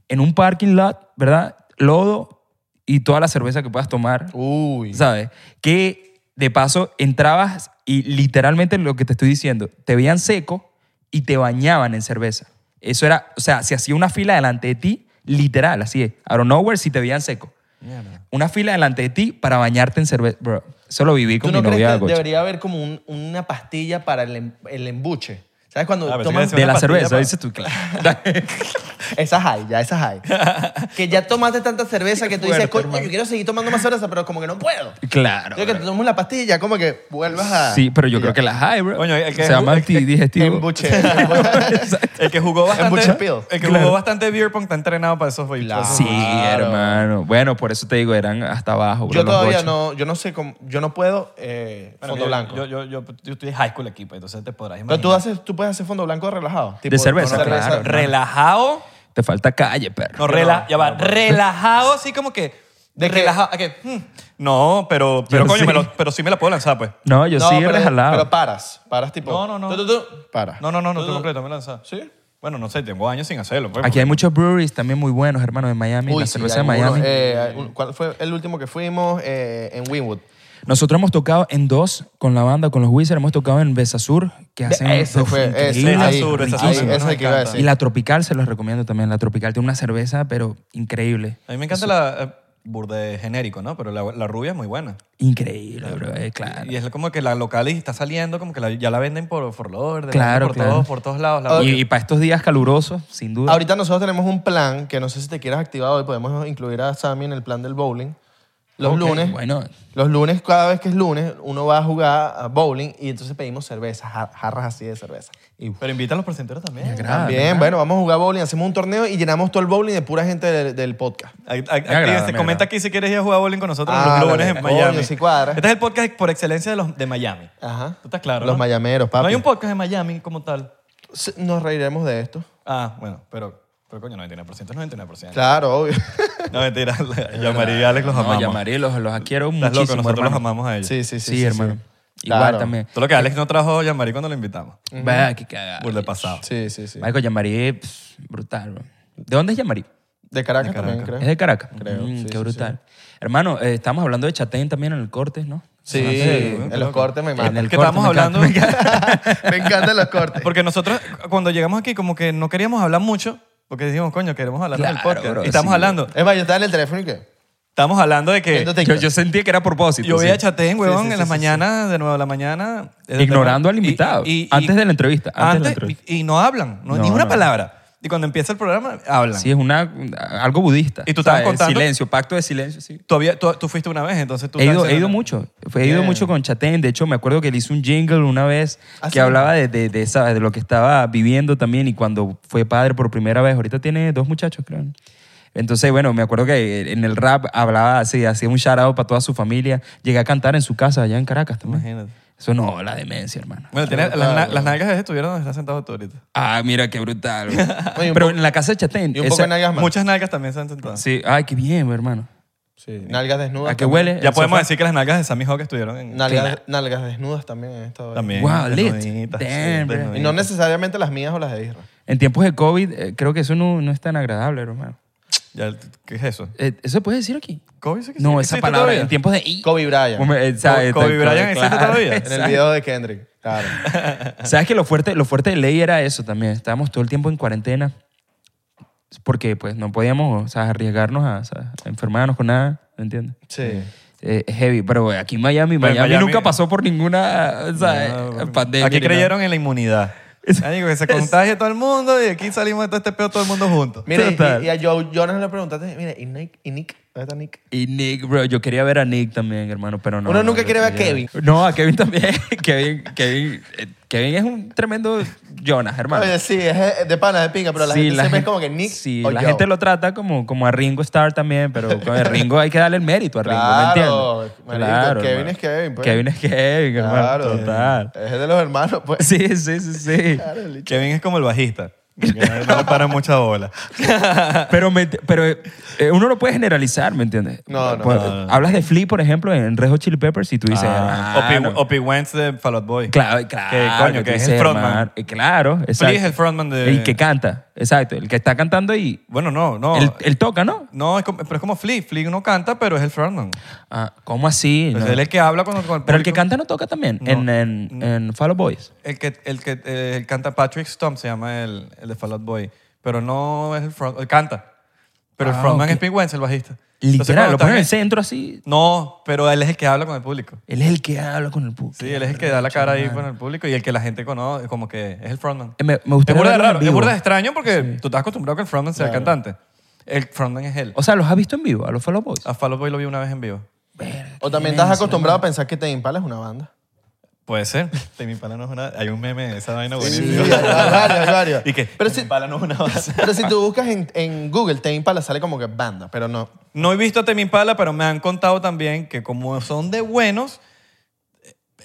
en un parking lot, ¿verdad? Lodo y toda la cerveza que puedas tomar, Uy. ¿sabes? Que de paso entrabas y literalmente lo que te estoy diciendo, te veían seco y te bañaban en cerveza. Eso era, o sea, se hacía una fila delante de ti, literal, así es. Out of nowhere si te veían seco Mierda. una fila delante de ti para bañarte en cerveza. Bro, eso lo viví ¿Tú con no mi crees novia. que Gocha. debería haber como un- una pastilla para el, em- el embuche? ¿Sabes cuando Ah, pensé tomas... que De Una la pastilla cerveza, para- dices tú. claro. Esas hay, ya esas hay. que ya tomaste tanta cerveza que tú dices, fuerte, coño, hermano. yo quiero seguir tomando más cerveza, pero como que no puedo. claro. Yo que te tomes la pastilla, como que vuelvas a... Sí, pero yo creo que las hay, bro. Coño, el que- Se llama el que- antidigestivo. Embuche. El que jugó Butcher bastante, Bill. el que jugó bastante beer pong está entrenado para esos bailes. Claro. Sí, Claro. hermano. Bueno, por eso te digo, eran hasta abajo, bro. yo los todavía gochos. no, yo no sé cómo, yo no puedo eh, Bueno, fondo yo- blanco. Yo, yo, yo, yo estoy en high school aquí, pues, entonces te podrás imaginar. pero tú, haces, tú puedes hacer fondo blanco relajado. tipo, cerveza, con claro, hermano. relajado. Te falta calle, perro. No, rela, ya va, relajado así como que... ¿De ¿De qué? relajado, ¿a qué? Hmm, no, pero, pero Yo coño, sí. me lo- pero sí me la puedo lanzar, pues. No, yo No, sí pero- rejalado. Pero paras, paras tipo... No, no, no. tú, tú, tú, para. No, no, no, no estoy completo, me lanzado. ¿Sí? Bueno, no sé, tengo años sin hacerlo. Pues, Aquí hay muchos breweries también muy buenos, hermano, de Miami. Uy, la sí, cerveza de algunos, Miami. eh, un- ¿Cuál fue el último que fuimos? Eh, en Winwood. Nosotros hemos tocado en dos con la banda, con los Wizards. Hemos tocado en Besasur, que hacen... Ese Ah, Uf, fue, ese, increíble. Esa ahí, sur, esa ahí, sur, ese es nos el que iba a encanta. Y decir. la Tropical se los recomiendo también. La Tropical tiene una cerveza, pero increíble. A mí me encanta la eh, burde genérico, ¿no? Pero la, la rubia es muy buena. Increíble, bro. eh, claro. Y es como que la local y está saliendo, como que la- ya la venden por, por Lord, Claro, por, claro. todos, por todos lados. la- Y, para estos días calurosos, sin duda. Ahorita nosotros tenemos un plan que no sé si te quieras activar hoy. Podemos incluir a Sammy en el plan del bowling. Los Ok, lunes. Bueno, Los lunes, cada vez que es lunes, uno va a jugar a bowling y entonces pedimos cerveza, jar- jarras así de cerveza. Y Pero invita a los porcenteros también. agrada, también, me agrada. bueno, vamos a jugar bowling, hacemos un torneo y llenamos todo el bowling de pura gente del, del podcast. A- a- actívense, agrada, me agrada. comenta aquí si quieres ir a jugar bowling con nosotros Ah, en los lunes dale. en Miami. Coño, sí cuadra. Este es el podcast por excelencia de, los, de Miami. Ajá. ¿Tú estás claro? Los no? mayameros, papi. No hay un podcast de Miami como tal. Sí, Nos reiremos de esto. Ah, bueno, pero, pero coño, 99% es 99%. Claro, obvio. No, mentira. Yamari y Alex los no, amamos. llamaré, los, los adquiero Estás muchísimo, loco, nosotros hermano. los amamos a ellos. Sí, sí, sí. Sí, sí, sí. hermano. Igual Claro. también. Todo lo que Alex no trajo a Yamari cuando lo invitamos. Vaya, qué cagada. Por el pasado. Sí, sí, Este, sí. Marico, Yamarí, pff, brutal, bro. ¿De dónde es Yamarí? De Caracas, también, ¿Eh? creo. ¿Es de Caracas? Creo, Mm, sí, sí, qué brutal. Hermano, eh, estamos hablando de Chatén también en el corte, ¿no? Sí, en los cortes me En matan. el que corte, estamos me encanta, hablando. me encanta. me encantan los cortes. Porque nosotros, cuando llegamos aquí, como que no queríamos hablar mucho, porque dijimos, coño, queremos hablar del Claro, podcast. bro, y estamos sí. hablando. Es más, yo estaba en el teléfono y qué. Estamos hablando de que. Viendo Yo, TikTok. yo sentí que era a propósito. Yo sí. veía a Chatén, huevón, Sí, sí, en sí, las sí, mañanas, de 9 de la mañana. desde Ignorando temprano. al invitado, antes de la entrevista, antes de la entrevista. Y, y no hablan, no- No, ni una no. palabra. Y cuando empieza el programa, hablan. Sí, es una, algo budista. Y tú estabas ¿sabes? contando- Silencio, pacto de silencio, sí. Tú, había- tú- tú fuiste una vez, entonces tú. He ido, estás he ido diciendo- mucho. He ido mucho con Chatén. De hecho, me acuerdo que le hice un jingle una vez Ah, que sí. hablaba de, de, de, esa- de lo que estaba viviendo también y cuando fue padre por primera vez. Ahorita tiene dos muchachos, creo. Entonces, bueno, me acuerdo que en el rap hablaba así, hacía un shout out para toda su familia. Llegué a cantar en su casa allá en Caracas también. Imagínate. Eso no, la demencia, hermano. Bueno, tiene- las, na- las nalgas de estuvieron donde estás sentado tú ahorita. Ah, mira, qué brutal. güey. Oye, un Pero poco- en la casa de Chatén. Y un esa- poco de nalgas más. Muchas nalgas también se han sentado. Sí, ay, qué bien, hermano. Sí. Nalgas desnudas. ¿A Ah, qué Ah, también. huele? Ya el podemos sofá? decir que las nalgas de Sammy Hawk estuvieron en... Nalgas, nalgas desnudas también en esta vaina. También. Wow, lit. desnuditas, sí, Damn, bro. Y no desnuditas. necesariamente las mías o las de Isra. En tiempos de COVID, eh, creo que eso no, no es tan agradable, hermano. Ya, ¿Qué es eso? Eh, ¿Eso se puede decir aquí? ¿Kobe sí que No, existe esa palabra todavía? en tiempos de... I- Kobe Bryant. Como, eh, sabe, Kobe tal cual, Bryant existe claro. todavía. En En el video de Kendrick. Claro. ¿Sabes que lo fuerte, lo fuerte de ley era eso también? Estábamos todo el tiempo en cuarentena porque pues no podíamos o sea, arriesgarnos a, o sea, a enfermarnos con nada, ¿me entiendes? Sí. Eh, es heavy, pero aquí en Miami, Pero en Miami, Miami- nunca pasó por ninguna o Ah, sea, eh, No, pandemia. Aquí ni nada. creyeron en la inmunidad. Ya digo, que se contagie todo el mundo y aquí salimos de todo este pedo todo el mundo juntos. Mira, Total. y, y a Joe Jonas le preguntaste, mira, ¿y Nick? ¿Y Nick? ¿Dónde está Nick? Y Nick, bro, yo quería ver a Nick también, hermano, pero no. Uno no, nunca yo quiere ver a quería- Kevin. No, a Kevin también. Kevin, Kevin, eh, Kevin es un tremendo Jonas, hermano. Oye, sí, es eh, de pana, de pinga, pero la Sí, gente la siempre gen- es como que Nick Sí, o la Joe. gente lo trata como, como a Ringo Starr también, pero con el Ringo hay que darle el mérito a Ringo, ¿me Claro, entiendes? marico, Kevin hermano. es Kevin, pues. Kevin es Kevin, hermano, Claro. total. Es de los hermanos, pues. Sí, sí, sí, sí. Claro, el bicho. Kevin es como el bajista. que No le paran mucha bola. Pero, me ent- pero eh, uno no puede generalizar, ¿me entiendes? No, no, Por- no, no, no. Hablas de Flea, por ejemplo, en Red Hot Chili Peppers y tú dices... Ah, "Ah, Opie- no". Opie Wentz de Fall Out Boy. Claro, claro. Que coño, que tú es el dices, frontman. hermano, eh, Claro, exacto. es el frontman de- El que canta, exacto. El que está cantando y... Bueno, no, no. Él, él toca, ¿no? No, es como- pero es como Flea. Flea no canta, pero es el frontman. Ah, ¿Cómo así? Pues No. él es el que habla cuando con el Pero el que público. canta no toca también No. en, Mm. en, en Fall Out Boys. El que, el que eh, el canta Patrick Stump, se llama el, el de Fall Out Boy. Pero no es el front. Él canta. Pero el Ah, frontman ok. es Pete Wentz, el bajista. Entonces, Literal, cuando lo ponen en el están- centro así. No, pero él es el que habla con el público. Él es el que habla con el público. Sí, él es el que da la cara ahí con el público y el que la gente conoce, como que es el frontman. Eh, me- me gustaría es verlo burda de en raro, es vivo. burda de extraño porque tú estás acostumbrado a que el frontman sea el cantante. El frontman es él. O sea, ¿los has visto en vivo a los Fall Out Boys? A Fall Out Boy lo vi una vez en vivo. O también estás acostumbrado a pensar que Tame Impala es una banda. Puede ser. Tame Impala no es una... Hay un meme de esa vaina Sí, buenísima. hay varios, hay varios. ¿Y qué? Pero Tame si, Impala no es una base. pero si tú buscas en, en Google Tame Impala sale como que banda, pero no. No he visto a Tame Impala, pero me han contado también que como son de buenos,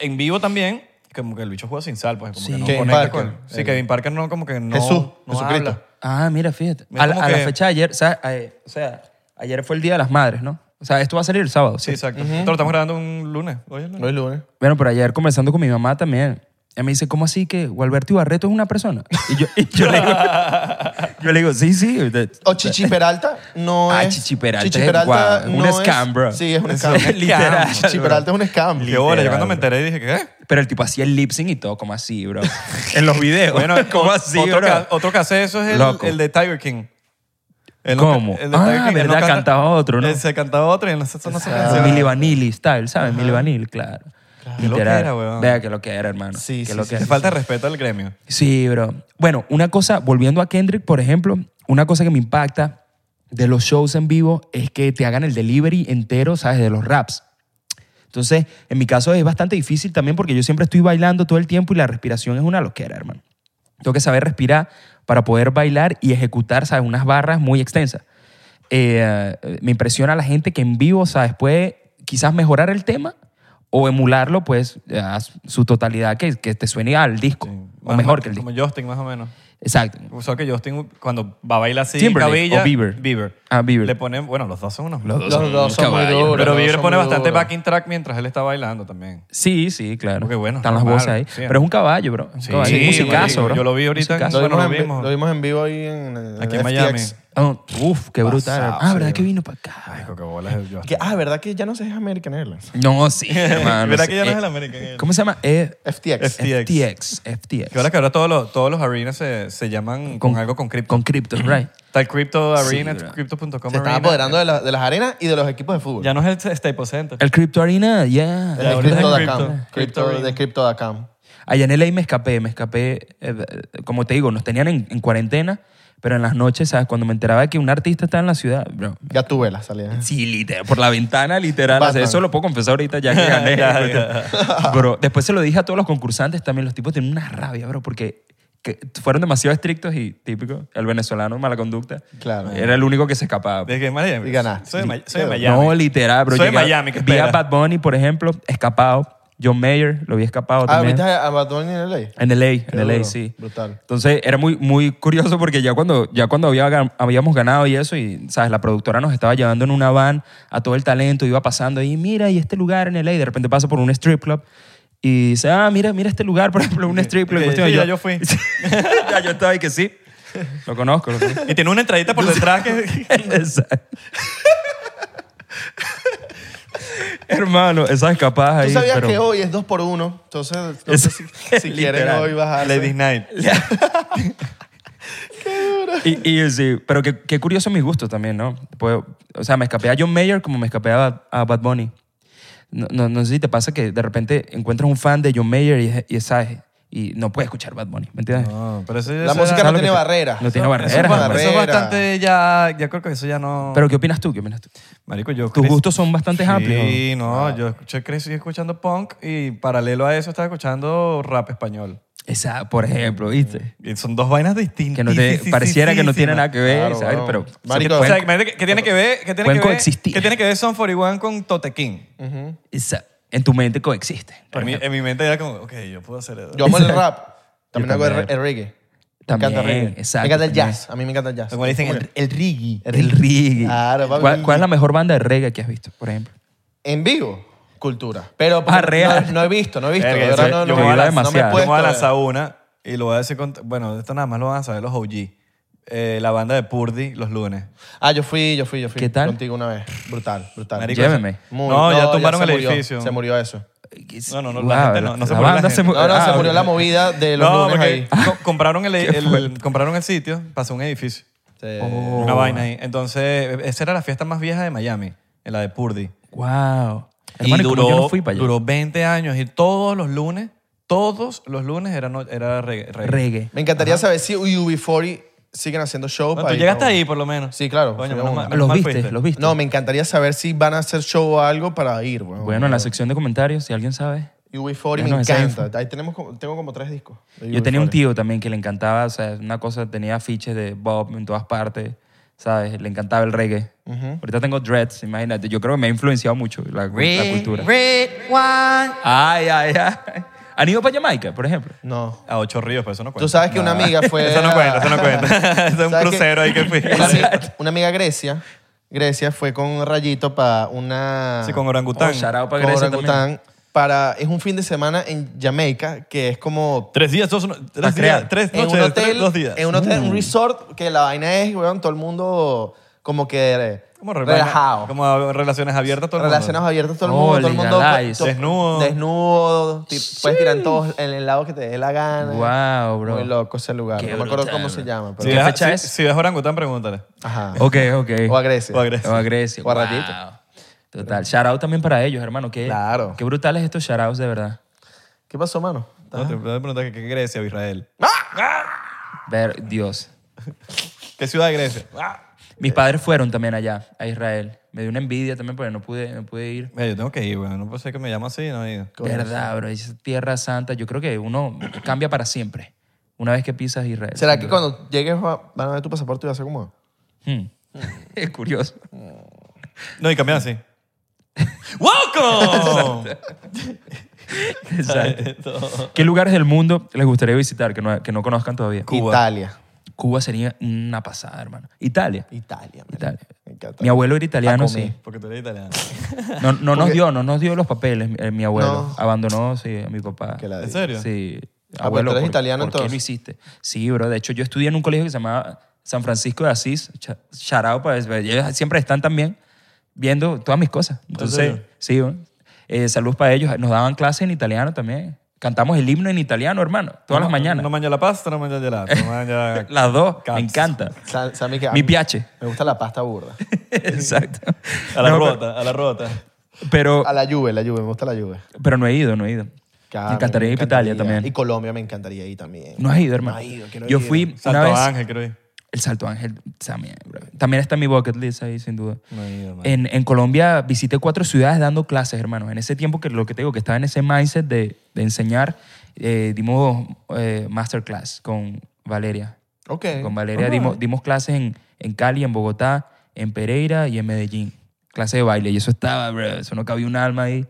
en vivo también, como que el bicho juega sin sal, pues como Sí. que no Kevin conecta Parker. con... Sí, Kevin Parker no, como que no... Jesús, no Jesucristo. habla. Ah, mira, fíjate. Es A, la- como a la que- fecha de ayer, o sea, a- eh, o sea, ayer fue el Día de las Madres, ¿no? O sea, esto va a salir el sábado. Sí, exacto. Esto lo estamos grabando un lunes. Hoy es lunes. No es lunes. Bueno, pero ayer conversando con mi mamá también, ella me dice, ¿cómo así que Gualberto Ibarreto es una persona? Y yo, y yo le digo, yo le digo, sí, sí. de- O Chichi Peralta no Ah, es. Chichi Peralta Chichi es- Peralta guau, un no scam, bro. Sí, es un Es scam. un scam, Literal, Chichi bro. Peralta es un scam. Qué bola, yo cuando me Literal, enteré dije, ¿eh? ¿qué? Pero el tipo hacía el lip sync y todo, como así, bro. en los videos. Bueno, como o- así, otro, bro. que, otro que hace eso es el, Loco. el de Tiger King. Él no ¿Cómo? ca- el de Ah, Tiger King, él no verdad, cantaba otro, ¿no? Él se cantaba otro y él no se no se Con Ah. canción. Milli Vanilli style, ¿sabes? Milli Vanilli, claro. Qué lo que era, weón. Vea que lo que era, hermano. Sí, Que sí, lo sí, que Le era. falta respeto al gremio. Sí, bro. Bueno, una cosa, volviendo a Kendrick, por ejemplo, una cosa que me impacta de los shows en vivo es que te hagan el delivery entero, ¿sabes? De los raps. Entonces, en mi caso es bastante difícil también porque yo siempre estoy bailando todo el tiempo y la respiración es una loquera, hermano. Tengo que saber respirar para poder bailar y ejecutar, ¿sabes? Unas barras muy extensas. Eh, me impresiona la gente que en vivo, ¿sabes? Puede quizás mejorar el tema o emularlo, pues, a su totalidad, que, que te suene al disco, o Más- mejor más- que el disco. Como Justin, más o menos. Exacto. O sea, que Justin, cuando va a bailar así, Timberlake cabilla, o Bieber. Ah, Bieber. Le ponen, bueno, los dos son unos. Los dos. Los dos son muy Caballo. duros. pero los dos Bieber son pone muy bastante duros. backing track mientras él está bailando también. Sí, sí, claro. Porque bueno, Están las normal, voces ahí. sí. Pero es un caballo, bro. Es un Sí, caballo. sí, Es un musicazo, marico. bro. Yo lo vi ahorita en- Musicazo. Lo Bueno, vimos, lo en, vi- vimos. lo vimos en vivo ahí en, en Aquí en FTX. Miami. Oh, uf, qué brutal. Pasado, ah, ¿verdad sí. que vino para acá? Ay, qué bola es el Que- Justin. ah, ¿verdad que ya no se es American Airlines? No, sí, hermano. ¿Verdad que ya no Eh, es el American Airlines? ¿Cómo se llama? Eh, FTX. FTX. FTX. FTX. Que ahora que ahora todos los, todos los arenas se, se llaman con, algo con cripto. Con cripto, right. Está el Crypto Arena, bro. Crypto.com Se están Arena. apoderando de, la- de las arenas y de los equipos de fútbol. Ya no es el este, Staples Center. El Crypto Arena, ya. Ya, El Crypto ahorita es da Crypto. Cam. Crypto Crypto- Arena. De Crypto da Cam. Allá en LA me escapé, me escapé, eh, eh, como te digo, nos tenían en, en cuarentena, pero en las noches, ¿sabes? Cuando me enteraba de que un artista estaba en la ciudad, bro, Ya tuve la salida. Sí, literal, por la ventana, literal. Batman. O sea, eso lo puedo confesar ahorita ya que gané. Bro, después se lo dije a todos los concursantes también. Los tipos tienen una rabia, bro, porque que fueron demasiado estrictos y típico. El venezolano, mala conducta. Claro. Era el único que se escapaba. ¿De qué Miami? Y ganaste. Soy de, Ma- soy de Sí. Miami. No, literal, bro. Soy de Llegué- Miami, ¿qué Vi a espera? Bad Bunny, por ejemplo, escapado. John Mayer, lo vi escapado Ah, también. ¿viste a Bad Bunny en LA? En LA, Qué en LA, duro, sí. brutal. Entonces era muy, muy curioso porque ya cuando, ya cuando había gan- habíamos ganado y eso, y sabes, la productora nos estaba llevando en una van a todo el talento, iba pasando ahí, mira, y este lugar en LA, y de repente pasa por un strip club y dice, ah, mira, mira este lugar, por ejemplo, un strip club. ok, Y cuestión, sí, y ya yo fui. ya yo estaba ahí que sí, lo conozco. lo conozco. Y tiene una entradita por detrás que... Exacto. Hermano, esas escapadas ahí. Tú sabías pero- que hoy es dos por uno, entonces no Es- sé si, si quieren Literal. hoy bajar. Ladies Night. Y, y sí, pero qué, qué curioso mi gusto también, ¿no? Pues, o sea, me escapé a John Mayer como me escapé a, Bad- a Bad Bunny. No, no, no sé si te pasa que de repente encuentras un fan de John Mayer y, y sabes, y no puedes escuchar Bad Bunny, ¿me entiendes? No, pero eso, La música ¿sabes no lo que tiene te- barreras. No tiene Eso- barreras, eso es, hermano. ba- eso es barrera. bastante ya... Ya creo que eso ya no... Pero ¿qué opinas tú? ¿Qué opinas tú? Marico, yo... Tus crecí- gustos son bastante amplios. Sí, no, yo escuché, crecí escuchando punk y paralelo a eso estaba escuchando rap español. Esa, por ejemplo, ¿viste? Y son dos vainas distintas. Que no te, pareciera que no tiene nada que ver, Claro, ¿sabes? weón. Pero Marico, O sea, pueden- imagínate que, que tiene que ver... Que tiene pueden que ver, coexistir. Que tiene que ver Son 41 con Tote King. esa- en tu mente coexiste. En mi, en mi mente era como, ok, yo puedo hacer eso. Yo amo el rap. También Yo hago el, también. el reggae. También, me encanta el reggae. exacto, me encanta el también. jazz. A mí me encanta el jazz. Como dicen, el- reggae. El reggae. Claro, papi. ¿Cuál, cuál es la mejor banda de reggae que has visto, por ejemplo? En vivo, cultura. Pero Ah, no- real. no, he visto, no he visto. Verga, de verdad, yo- no, yo no, me voy a no lanzar, me he yo me Yo me voy a puesto. lanzar una y lo voy a decir con... Bueno, esto nada más lo van a saber los OG. Eh, la banda de Purdy los lunes. Ah, yo fui, yo fui, yo fui. ¿Qué tal? Contigo una vez. Brutal, brutal. Marico, Lléveme. Muy- no, ya tumbaron se el murió, edificio. Se murió eso. No, no, no, la gente no- no se murió la banda gente. mu- No, no, Ah, se murió ok. la movida de los no, lunes ahí. porque co- compraron, el, Qué el- fuerte. compraron el sitio, pasó un edificio. Sí. Oh. Una vaina ahí. Entonces, esa era la fiesta más vieja de Miami, en la de Purdy. Wow. Hermano, Y ¿y cómo duró, yo no fui para allá? duró 20 años y todos los lunes, todos los lunes era, no- era reggae. reggae. reggae. Me encantaría saber si UB40 siguen haciendo show. Bueno, para tú ir, llegaste ¿no? ahí por lo menos. Sí, claro, fui Coño, a menos una. mal- menos ¿Los mal viste? fuiste. ¿Los viste? No, me encantaría saber si van a hacer show o algo para ir. weón. Bueno, en la sección de comentarios, si alguien sabe. UB40 Ya me nos encanta. Ahí tenemos, como- tengo como tres discos. de Yo tenía un UB40. tío también que le encantaba, o sea, una cosa, tenía afiches de Bob en todas partes, ¿sabes? Le encantaba el reggae. Ahorita tengo dreads, imagínate. Yo creo que me ha influenciado mucho la, la cultura. Ay, ay, ay. ¿Han ido para Jamaica, por ejemplo? No. A Ocho Ríos, pero eso no cuenta. Tú sabes que una amiga fue. Eso no cuenta, a- eso no cuenta. Eso es un ¿Sabes qué? crucero ahí que fui. Una amiga, una amiga Grecia. Grecia fue con Rayito para una. Sí, con orangután. Oh, shout out. para con Grecia orangután Para, es un fin de semana en Jamaica que es como Tres días, dos, no- tres, días, crear. tres en noches, un hotel, tres, dos días. Mm. en un hotel, un resort que la vaina es, weón, todo el mundo como que eh, Como re- relajado. Como a- relaciones abiertas todo el mundo. Relaciones abiertas, todo el Oh, mundo, todo el mundo legalize. to- Desnudo. desnudo, ti- puedes tirar en todos en el lado que te dé la gana. Wow, bro. Muy loco ese lugar. Qué no me acuerdo brutal, cómo se bro. llama, Si pero ¿Qué ves, fecha si- es? si ves orangután, pregúntale. ajá. Ok, ok. O a Grecia. O a Grecia. O a Grecia. O a Rayito. Wow. Total. Shout out también para ellos, hermano. Qué, Claro. Qué brutales estos shout outs, de verdad. ¿Qué pasó, mano? No, te voy a preguntar que qué Grecia o Israel. Ver, Dios. ¿Qué ciudad de Grecia? Ah. Eh. Mis padres fueron también allá, a Israel. Me dio una envidia también porque no pude, no pude ir. Mira, yo tengo que ir, güey. No puede ser que me llame así, no he ido. Verdad, bro. Es tierra santa. Yo creo que uno cambia para siempre una vez que pisas Israel. ¿Será que cuando llegues va- van a ver tu pasaporte y vas a ser como Hmm. Es curioso. No, y cambiar así. ¡Welcome! Exacto. ¿Qué lugares del mundo les gustaría visitar que no, que no conozcan todavía? Cuba. Italia? Cuba sería una pasada, hermano. Italia. Italia, man. Italia. Me encanta. Mi abuelo era italiano, A sí. comer. Porque tú eres italiano. No, no nos Porque- dio, no nos dio los papeles eh, mi abuelo. No. Abandonó, sí, a mi papá. Que la ¿En diga. serio? Sí. Ah, pues tú eres ¿por- italiano, ¿por qué lo entonces? hiciste? Sí, bro. De hecho, yo estudié en un colegio que se llamaba San Francisco de Asís. Cha- Shout out para eso. Ellos siempre están también viendo todas mis cosas. Entonces, serio? sí, bro. Eh, saludos para ellos. Nos daban clases en italiano también. Cantamos el himno en italiano, hermano, todas las mañanas. No mangia la pasta, no mangia el gelato. No mangia... las dos. Caps. Me encanta. Sa- ¿sabes qué? A Mi mí- piache. Me gusta la pasta burda. Exacto. A la No, pero- rota, a la rota. Pero, A la lluvia, la lluvia, me gusta la lluvia. pero no he ido, no he ido. me encantaría ir a Italia también. Y Colombia me encantaría ir también. No has ido, hermano. No has ido, que no he Yo ido. fui Santo una vez. Ángel, creo yo. El Salto Ángel también, bro. También está en mi bucket list ahí, sin duda. No he ido, man. En, en Colombia visité cuatro ciudades dando clases, hermano. En ese tiempo que lo que te digo, que estaba en ese mindset de, de enseñar, eh, dimos eh, masterclass con Valeria. Ok. Con Valeria dimos, dimos clases en, en Cali, en Bogotá, en Pereira y en Medellín. Clase de baile. Y eso estaba, bro. Eso no cabía un alma ahí.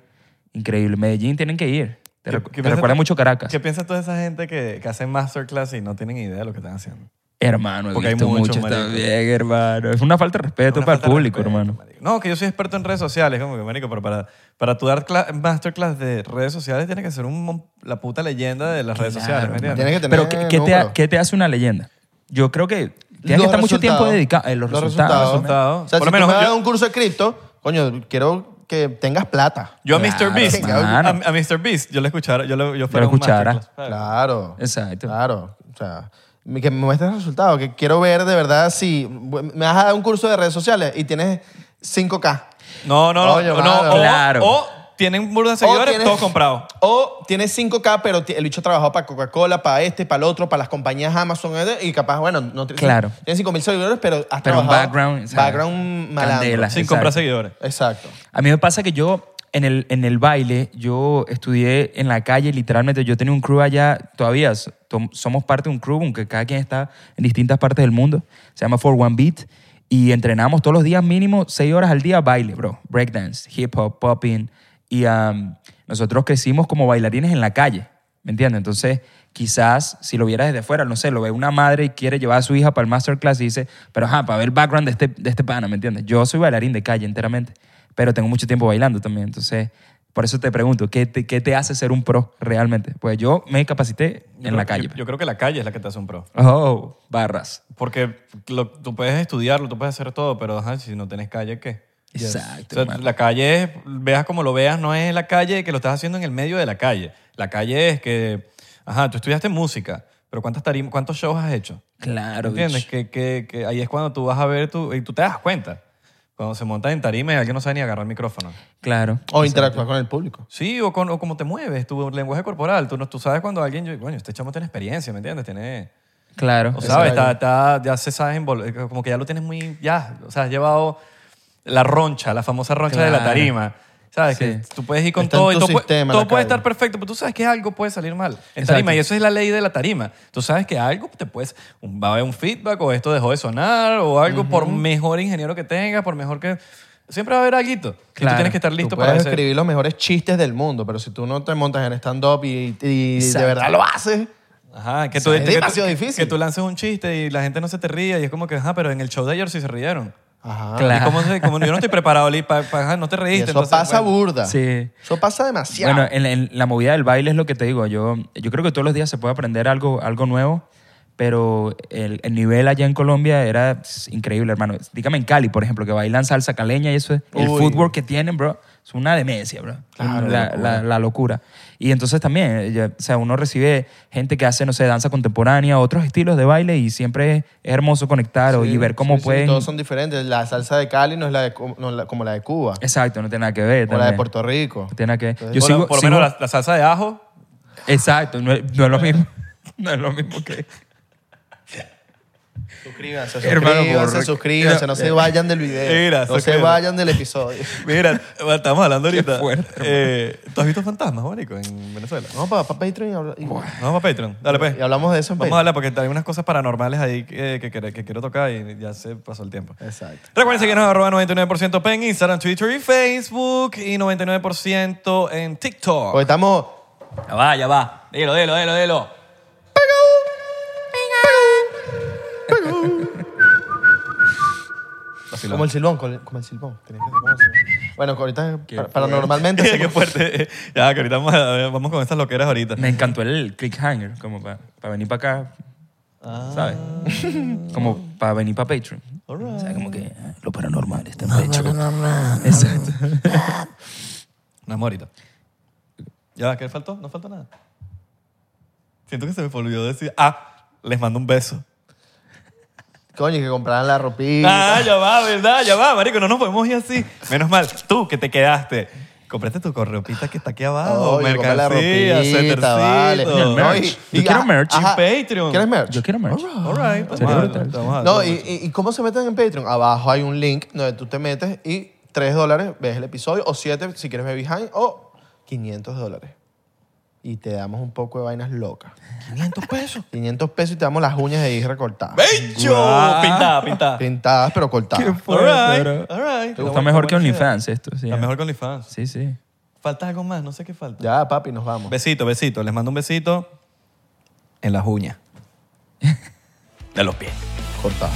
Increíble. Medellín tienen que ir. Te, ¿Qué- recu- qué te piensas- recuerda mucho Caracas. ¿Qué piensas tú de esa gente que, que hace masterclass y no tienen idea de lo que están haciendo? Hermano, he Porque hay visto muchos, muchos marico. también, hermano. Es una falta de respeto Una para el falta de público, respeto, hermano. marico. No, que yo soy experto en redes sociales, como que, marico, pero para, para tu dar cla- masterclass de redes sociales tienes que ser un, mon- la puta leyenda de las redes sociales, ¿me entiendes? Tienes que tener Pero, ¿qué, qué te, número. ha- qué te hace una leyenda? Yo creo que tienes Los que estar mucho tiempo resultados. dedicado en los, resultados. resultados. O sea, Por si lo menos tú me yo- das un curso de cripto, coño, quiero que tengas plata. Yo a Claro, Mr. Beast, a, hermano. a Mr. Beast, yo le escuchara, yo le yo fuera Lo un escuchara. masterclass. Claro. Exacto. Claro. O sea, mi- que me muestres resultados, que quiero ver de verdad si me vas a dar un curso de redes sociales y tienes 5K. No, no, no, Coño, no, mano. o, Claro. o tienen burda de O seguidores, tienes- todo comprado. O tienes 5K, pero ti- el bicho ha trabajado para Coca-Cola, para este, para el otro, para las compañías Amazon, eh, y capaz, bueno, no tienes, Claro. tienes 5.000 seguidores, pero has Pero un trabajado. background, ¿sabes? Background malandro. Candela. Sin Exacto. comprar seguidores. Exacto. A mí me pasa que yo en el, en el baile, yo estudié en la calle, literalmente. Yo tenía un crew allá, todavía so- tom- somos parte de un crew, aunque cada quien está en distintas partes del mundo. Se llama For One Beat. Y entrenamos todos los días, mínimo seis horas al día, baile, bro. Breakdance, hip hop, popping. Y um, nosotros crecimos como bailarines en la calle, ¿me entiendes? Entonces, quizás si lo viera desde afuera, no sé, lo ve una madre y quiere llevar a su hija para el masterclass y dice, pero ajá, para ver el background de este, de este pana, ¿me entiendes? Yo soy bailarín de calle enteramente pero tengo mucho tiempo bailando también. Entonces, por eso te pregunto, ¿qué te, qué te hace ser un pro realmente? Pues yo me capacité Yo en creo- la calle. pues. Yo, yo creo que la calle es la que te hace un pro. Oh, barras. Porque lo- tú puedes estudiarlo, tú puedes hacer todo, pero ajá, si no tienes calle, ¿qué? Exacto. O sea, hermano. la calle es, veas como lo veas, no es la calle que lo estás haciendo en el medio de la calle. La calle es que, ajá, tú estudiaste música, pero ¿cuántas tarim- ¿cuántos shows has hecho? claro. ¿Entiendes? bicho. Que, que- que ahí es cuando tú vas a ver tu, y tú te das cuenta. Cuando se montas en tarima y alguien no sabe ni agarrar el micrófono. Claro. O interactuar con el público. Sí, o, con, o cómo te mueves, tu lenguaje corporal. Tú, no- tú sabes cuando alguien, yo, bueno, este chamo tiene experiencia, ¿me entiendes? Tiene, Claro. o sabes, Exacto. está, está- ya se sabe, envol- como que ya lo tienes muy, ya, o sea, has llevado la roncha, la famosa roncha de la Claro. tarima. ¿Sabes? Sí. Que tú puedes ir con Está en todo tu y todo, puede- sistema, todo la puede calle. estar perfecto, pero tú sabes que algo puede salir mal en Exacto. tarima y eso es la ley de la tarima. Tú sabes que algo te puedes, un- va a haber un feedback o esto dejó de sonar o algo por mejor ingeniero que tengas, por mejor que... Siempre va a haber algo. Claro. Tú tienes que estar Tú listo para puedes ese- escribir los mejores chistes del mundo, pero si tú no te montas en stand-up y, y de Exacto. verdad lo haces, Ajá, que tú, este, O sea, es que tú- demasiado que- difícil. Que tú lances un chiste y la gente no se te ría y es como que, ajá, pero en el show de ayer sí se rieron. ajá. Claro. Ah, Y cómo se- cómo- yo no estoy preparado, Lee, pa- pa- ajá, no te Y reíste. eso entonces, pasa bueno. burda. Sí. Eso pasa demasiado. Bueno, en, la- en la movida del baile es lo que te digo. Yo, yo creo que todos los días se puede aprender algo, algo nuevo, pero el, el nivel allá en Colombia era pss, increíble, hermano. Dígame en Cali, por ejemplo, que bailan salsa caleña y eso, es- el Uy. fútbol que tienen, bro, es una demencia, bro. la, la- la locura. Y entonces también, eh, ya- o sea, uno recibe gente que hace, no sé, danza contemporánea, otros estilos de baile y siempre es, es hermoso conectar o- Sí, y ver cómo sí, sí, pueden... todos son diferentes. La salsa de Cali no es la de Cu- no es la- como la de Cuba, Exacto, no tiene nada que ver. o la de también. Puerto Rico. No tiene nada que ver. Entonces, Yo por sigo- lo, por lo sigo- menos la, la salsa de ajo. Exacto, no es, no es lo mismo. No es lo mismo que. Suscríbanse, Hermano, suscríbanse, por- suscríbanse, no se vayan del video. Mira, no se suscríbanse. vayan del episodio. Mira, estamos hablando ahorita. fuerte, eh, ¿Tú has visto fantasmas, marico, en Venezuela? No, para Patreon y, habla- y- Vamos a Patreon. Dale, pues. y hablamos de eso en Vamos a Patreon. hablar porque hay unas cosas paranormales ahí que, que, que- que quiero tocar y ya se pasó el tiempo. Exacto. Recuerden seguirnos en arroba 99% en Instagram, Twitter y Facebook y 99% en TikTok. Porque estamos Ya va, ya va. Dilo, dilo, dilo, dilo. Vacilón. como el silbón, col- como el silbón. Tenés que hacer como el silbón. Bueno, ahorita para- paranormalmente Qué hacemos- fuerte. Ya, que ahorita vamos, a- vamos con esas loqueras ahorita. Me encantó el clickhanger, como para venir para acá. Ah. ¿Sabes? como para venir para Patreon. O sea, como que ah, lo paranormal está en Patreon. Exacto. Una morita. Ya, va, ¿qué faltó? No faltó nada. Siento que se me olvidó decir. Ah, les mando un beso. coño, que compraran la ropita. Ah, ya va, ¿verdad? Ya va, marico, no nos podemos ir así. Menos mal, tú que te quedaste. Compraste tu correopita que está aquí abajo. Oye, compré la Ah, mercancía, ropita, vale. suétercito. El merch. Yo quiero ah, merch. ajá. Patreon. ¿Quieres merch? Yo quiero merch. All right, Sería vamos a- brutal. vamos a- No, y, y- ¿y cómo se meten en Patreon? Abajo hay un link donde tú te metes y 3 dólares ves el episodio, o 7 si quieres ver behind, o 500 dólares. Y te damos un poco de vainas locas. 500 pesos. 500 pesos y te damos las uñas de Isra cortadas. ¡Pecho! Pintada, pintada. Pintadas, pero cortadas. All right, all right. Está mejor que OnlyFans esto. sí. Está mejor que OnlyFans. Sí, sí. Falta algo más, no sé qué falta. Ya, papi, nos vamos. Besito, besito. Les mando un besito en las uñas. De los pies. Cortado.